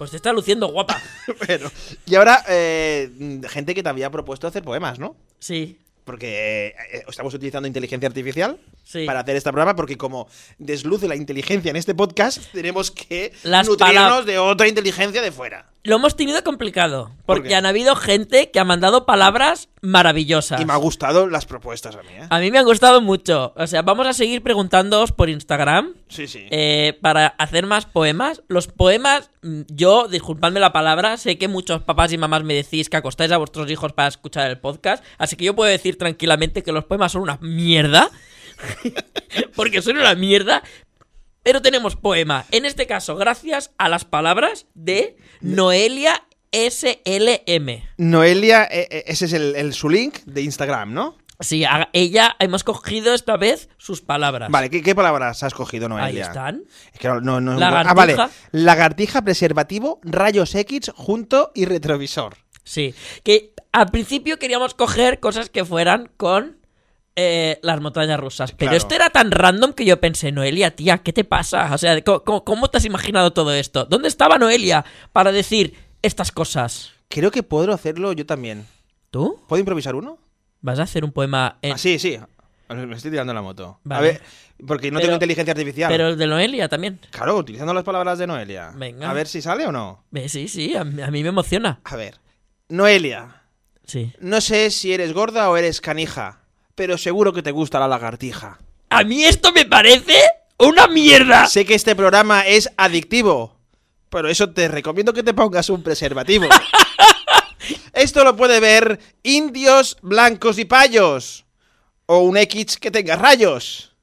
Speaker 2: Pues te está luciendo guapa.
Speaker 3: Bueno. Y ahora, eh, gente que te había propuesto hacer poemas, ¿no?
Speaker 2: Sí,
Speaker 3: Porque eh, estamos utilizando inteligencia artificial.
Speaker 2: Sí.
Speaker 3: para hacer este programa, porque como desluce la inteligencia en este podcast, tenemos que
Speaker 2: Las
Speaker 3: nutrirnos
Speaker 2: palab-
Speaker 3: de otra inteligencia de fuera.
Speaker 2: Lo hemos tenido complicado,
Speaker 3: ¿Por
Speaker 2: porque
Speaker 3: qué?
Speaker 2: han habido gente que ha mandado palabras maravillosas.
Speaker 3: Y me ha gustado las propuestas a mí, ¿eh?
Speaker 2: A mí me han gustado mucho. O sea, vamos a seguir preguntándoos por Instagram
Speaker 3: Sí, sí.
Speaker 2: eh, para hacer más poemas. Los poemas, mm, yo, disculpadme la palabra, sé que muchos papás y mamás me decís que acostáis a vuestros hijos para escuchar el podcast, así que yo puedo decir tranquilamente que los poemas son una mierda, (laughs) porque son una mierda. Pero tenemos poema. En este caso, gracias a las palabras de Noelia SLM.
Speaker 3: Noelia, eh, eh, ese es el, el- su link de Instagram, ¿no?
Speaker 2: Sí, a- ella hemos cogido esta vez sus palabras.
Speaker 3: Vale, ¿qué, qué palabras has cogido,
Speaker 2: Ahí
Speaker 3: Noelia?
Speaker 2: están.
Speaker 3: Es que no, no- no-
Speaker 2: Lagartija.
Speaker 3: Ah, vale. Lagartija, preservativo, rayos X, junto y retrovisor.
Speaker 2: Sí. Que al principio queríamos coger cosas que fueran con eh, las montañas rusas. Pero
Speaker 3: Claro.
Speaker 2: esto era tan random que yo pensé, Noelia, tía, ¿qué te pasa? O sea, ¿cómo, cómo- cómo te has imaginado todo esto? ¿Dónde estaba Noelia para decir estas cosas?
Speaker 3: Creo que puedo hacerlo yo también.
Speaker 2: ¿Tú?
Speaker 3: ¿Puedo improvisar uno?
Speaker 2: ¿Vas a hacer un poema en...
Speaker 3: Ah, sí, sí. Me estoy tirando la moto.
Speaker 2: Eh.
Speaker 3: A
Speaker 2: Vale.
Speaker 3: ver, porque no
Speaker 2: Pero-
Speaker 3: tengo inteligencia artificial.
Speaker 2: Pero el de Noelia también.
Speaker 3: Claro, utilizando las palabras de Noelia.
Speaker 2: Venga.
Speaker 3: A ver si sale o no.
Speaker 2: Eh, Sí, sí, a, mí- a mí me emociona.
Speaker 3: A ver. Noelia,
Speaker 2: Sí.
Speaker 3: no sé si eres gorda o eres canija, pero seguro que te gusta la lagartija.
Speaker 2: A mí esto me parece una mierda.
Speaker 3: Sé que este programa es adictivo, pero eso te recomiendo que te pongas un (laughs) preservativo. Esto lo puede ver indios, blancos y payos. O un X que tenga rayos.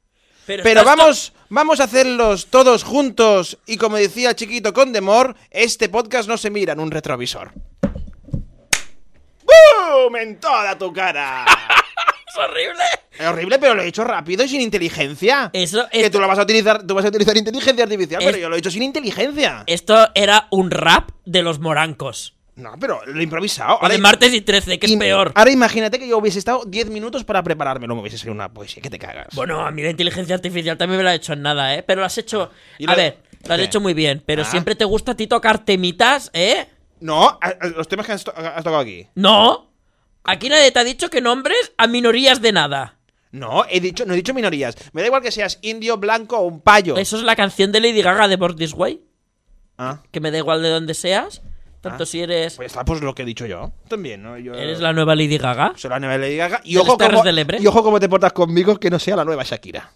Speaker 3: Pero
Speaker 2: estás to-
Speaker 3: vamos, vamos a hacerlos todos juntos. Y como decía el chiquito con Demor, este podcast no se mira en un retrovisor. ¡Bum! En toda tu cara.
Speaker 2: Es horrible.
Speaker 3: Es horrible, pero lo he hecho rápido y sin inteligencia.
Speaker 2: Eso
Speaker 3: Que
Speaker 2: es...
Speaker 3: tú lo vas a utilizar, tú vas a utilizar inteligencia artificial,
Speaker 2: Es-
Speaker 3: pero yo lo he hecho sin inteligencia.
Speaker 2: Esto era un rap de los morancos.
Speaker 3: No, pero lo he improvisado.
Speaker 2: O de martes y 13, que es
Speaker 3: im-
Speaker 2: peor.
Speaker 3: Ahora imagínate que yo hubiese estado 10 minutos para preparármelo, me hubiese sido una poesía, que te cagas.
Speaker 2: Bueno, a mí la inteligencia artificial también me la he hecho en nada, ¿eh? Pero lo has hecho.
Speaker 3: Y
Speaker 2: A
Speaker 3: la-
Speaker 2: ver, lo has
Speaker 3: ¿Qué?
Speaker 2: hecho muy bien, pero
Speaker 3: Ah.
Speaker 2: siempre te gusta a ti tocar temitas, ¿eh?
Speaker 3: No, a- a- los temas que has, to- has tocado aquí.
Speaker 2: No. Aquí nadie te ha dicho que nombres a minorías de nada.
Speaker 3: No, he dicho, no he dicho minorías. Me da igual que seas indio, blanco o un payo.
Speaker 2: Eso es la canción de Lady Gaga de Born This Way,
Speaker 3: Ah,
Speaker 2: que me da igual de dónde seas, tanto
Speaker 3: Ah.
Speaker 2: si eres
Speaker 3: pues eh. ya está, pues lo que he dicho yo. También, ¿no? Yo,
Speaker 2: eres la nueva Lady Gaga.
Speaker 3: Soy la nueva Lady Gaga. Y
Speaker 2: ¿De
Speaker 3: ojo,
Speaker 2: las Terres
Speaker 3: cómo,
Speaker 2: del Ebre?
Speaker 3: y ojo cómo te portas conmigo que no sea la nueva Shakira.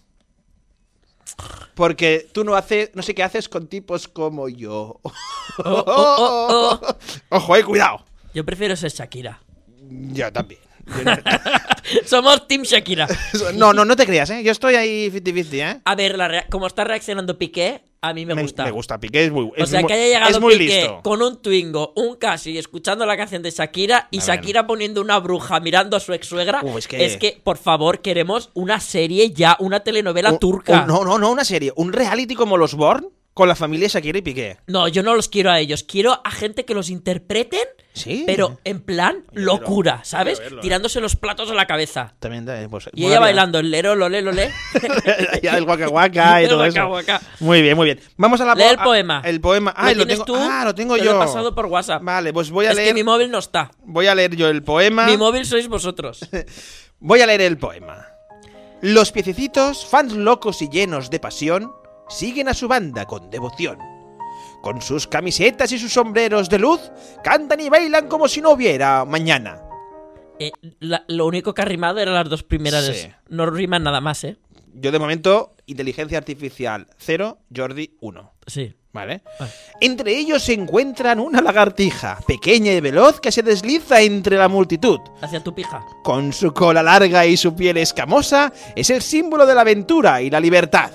Speaker 3: Porque tú no haces, no sé qué haces con tipos como yo. (laughs)
Speaker 2: Oh, oh, oh, oh.
Speaker 3: Ojo, eh, cuidado.
Speaker 2: Yo prefiero ser Shakira. (laughs)
Speaker 3: Yo también. Yo no-
Speaker 2: Somos Team Shakira.
Speaker 3: No, no, no te creas, ¿eh? Yo estoy ahí 50-50, ¿eh?
Speaker 2: A ver, la rea- como está reaccionando Piqué, a mí me gusta.
Speaker 3: Me gusta, Piqué es muy,
Speaker 2: O
Speaker 3: es
Speaker 2: sea,
Speaker 3: muy-
Speaker 2: que haya llegado
Speaker 3: es muy
Speaker 2: Piqué
Speaker 3: listo.
Speaker 2: con un Twingo, un casi, escuchando la canción de Shakira y
Speaker 3: A ver.
Speaker 2: Shakira poniendo una bruja mirando a su ex suegra.
Speaker 3: Uh, es que-
Speaker 2: por favor, queremos una serie ya, una telenovela
Speaker 3: Un-
Speaker 2: turca.
Speaker 3: un- no, no, no, una serie. Un reality como los Born con la familia Shakira y Piqué.
Speaker 2: No, yo no los quiero a ellos. Quiero a gente que los interpreten,
Speaker 3: Sí.
Speaker 2: pero en plan
Speaker 3: quiero-
Speaker 2: locura, ¿sabes?
Speaker 3: verlo, eh.
Speaker 2: Tirándose los platos a la cabeza.
Speaker 3: También, eh, pues,
Speaker 2: Y ella
Speaker 3: molaría.
Speaker 2: bailando el lero, lolé, lolé.
Speaker 3: (laughs) ya el guaca guaca
Speaker 2: (laughs)
Speaker 3: y
Speaker 2: El
Speaker 3: todo
Speaker 2: guaca
Speaker 3: eso.
Speaker 2: guaca.
Speaker 3: Muy bien, muy bien. Vamos a la po-
Speaker 2: Lee el
Speaker 3: a-
Speaker 2: poema.
Speaker 3: El poema. Ah, lo,
Speaker 2: tienes
Speaker 3: tengo,
Speaker 2: tú?
Speaker 3: ah, lo tengo
Speaker 2: Te
Speaker 3: yo.
Speaker 2: Lo he pasado por WhatsApp.
Speaker 3: Vale, pues voy a
Speaker 2: es que
Speaker 3: leer.
Speaker 2: mi móvil no está.
Speaker 3: Voy a leer yo el poema.
Speaker 2: Mi móvil sois vosotros.
Speaker 3: Voy a leer el poema. Los piececitos, fans locos y llenos de pasión, siguen a su banda con devoción. Con sus camisetas y sus sombreros de luz, cantan y bailan como si no hubiera mañana.
Speaker 2: Eh, la- lo único que ha rimado eran las dos primeras.
Speaker 3: Sí.
Speaker 2: No riman nada más, ¿eh?
Speaker 3: Yo de momento, inteligencia artificial 0, Jordi 1.
Speaker 2: Sí.
Speaker 3: ¿Vale?
Speaker 2: Vale.
Speaker 3: Entre ellos se encuentran una lagartija, pequeña y veloz, que se desliza entre la multitud.
Speaker 2: Hacia tu pija.
Speaker 3: Con su cola larga y su piel escamosa, es el símbolo de la aventura y la libertad.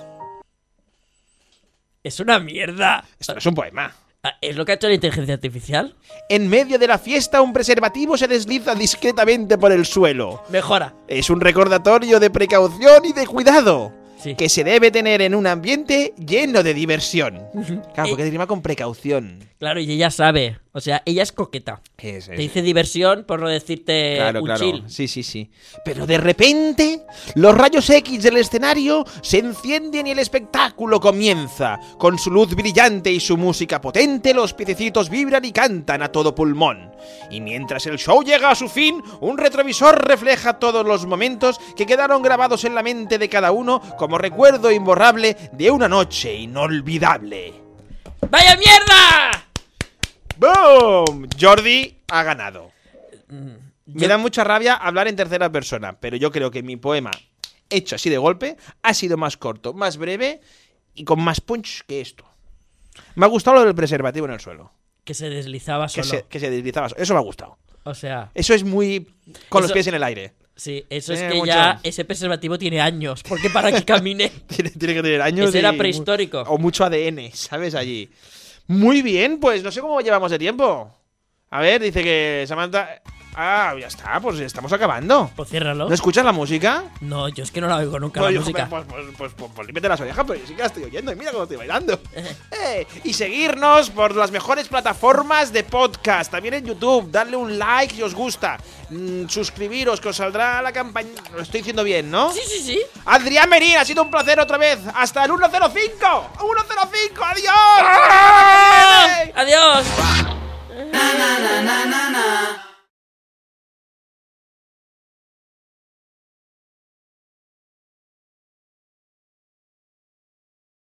Speaker 2: Es una mierda.
Speaker 3: Esto no es un poema.
Speaker 2: Ah, ¿Es lo que ha hecho la inteligencia artificial?
Speaker 3: En medio de la fiesta, un preservativo se desliza discretamente por el suelo.
Speaker 2: Mejora.
Speaker 3: Es un recordatorio de precaución y de cuidado.
Speaker 2: Sí.
Speaker 3: que se debe tener en un ambiente lleno de diversión. Claro,
Speaker 2: Eh,
Speaker 3: porque rima con precaución.
Speaker 2: Claro, y ella sabe. O sea, ella es coqueta.
Speaker 3: Es,
Speaker 2: Te dice diversión por no decirte
Speaker 3: Claro,
Speaker 2: eh, un
Speaker 3: claro.
Speaker 2: chill.
Speaker 3: Sí, sí, sí. Pero de repente, los rayos X del escenario se encienden y el espectáculo comienza. Con su luz brillante y su música potente, los piececitos vibran y cantan a todo pulmón. Y mientras el show llega a su fin, un retrovisor refleja todos los momentos que quedaron grabados en la mente de cada uno como recuerdo imborrable de una noche inolvidable.
Speaker 2: ¡Vaya mierda!
Speaker 3: ¡Boom! Jordi ha ganado. Me
Speaker 2: Mm, Yo-
Speaker 3: da mucha rabia hablar en tercera persona, pero yo creo que mi poema, hecho así de golpe, ha sido más corto, más breve y con más punch que esto. Me ha gustado lo del preservativo en el suelo.
Speaker 2: Que se deslizaba
Speaker 3: Que
Speaker 2: solo.
Speaker 3: se, que se deslizaba. Eso me ha gustado.
Speaker 2: O sea,
Speaker 3: Eso es muy con los
Speaker 2: Eso-
Speaker 3: pies en el aire. (laughs)
Speaker 2: sí, eso es
Speaker 3: Eh,
Speaker 2: que
Speaker 3: mucho.
Speaker 2: ya ese preservativo tiene años. Porque para que camine.
Speaker 3: Tiene, tiene que tener años.
Speaker 2: Ese era
Speaker 3: y-
Speaker 2: prehistórico.
Speaker 3: O mucho ADN, ¿sabes? Allí. Muy bien, pues no sé cómo llevamos de tiempo. A ver, dice que Samantha. Ah, ya está, pues estamos acabando.
Speaker 2: Pues ciérralo.
Speaker 3: ¿No escuchas la música?
Speaker 2: No, yo es que no la oigo nunca
Speaker 3: Pues,
Speaker 2: la
Speaker 3: yo,
Speaker 2: música.
Speaker 3: Pues, pues, pues, pues, pues límpiate las orejas, pero yo sí que la estoy oyendo y mira cómo estoy bailando. Eh, y seguirnos por las mejores plataformas de podcast, también en YouTube. Darle un like si os gusta. Mm, suscribiros, que os saldrá la campaña. Lo estoy diciendo bien, ¿no?
Speaker 2: Sí, sí, sí.
Speaker 3: Adrián Merín, ha sido un placer otra vez. Hasta el 105. ¡105! ¡Adiós!
Speaker 2: ¡Ah! Adiós.
Speaker 4: na na na na na.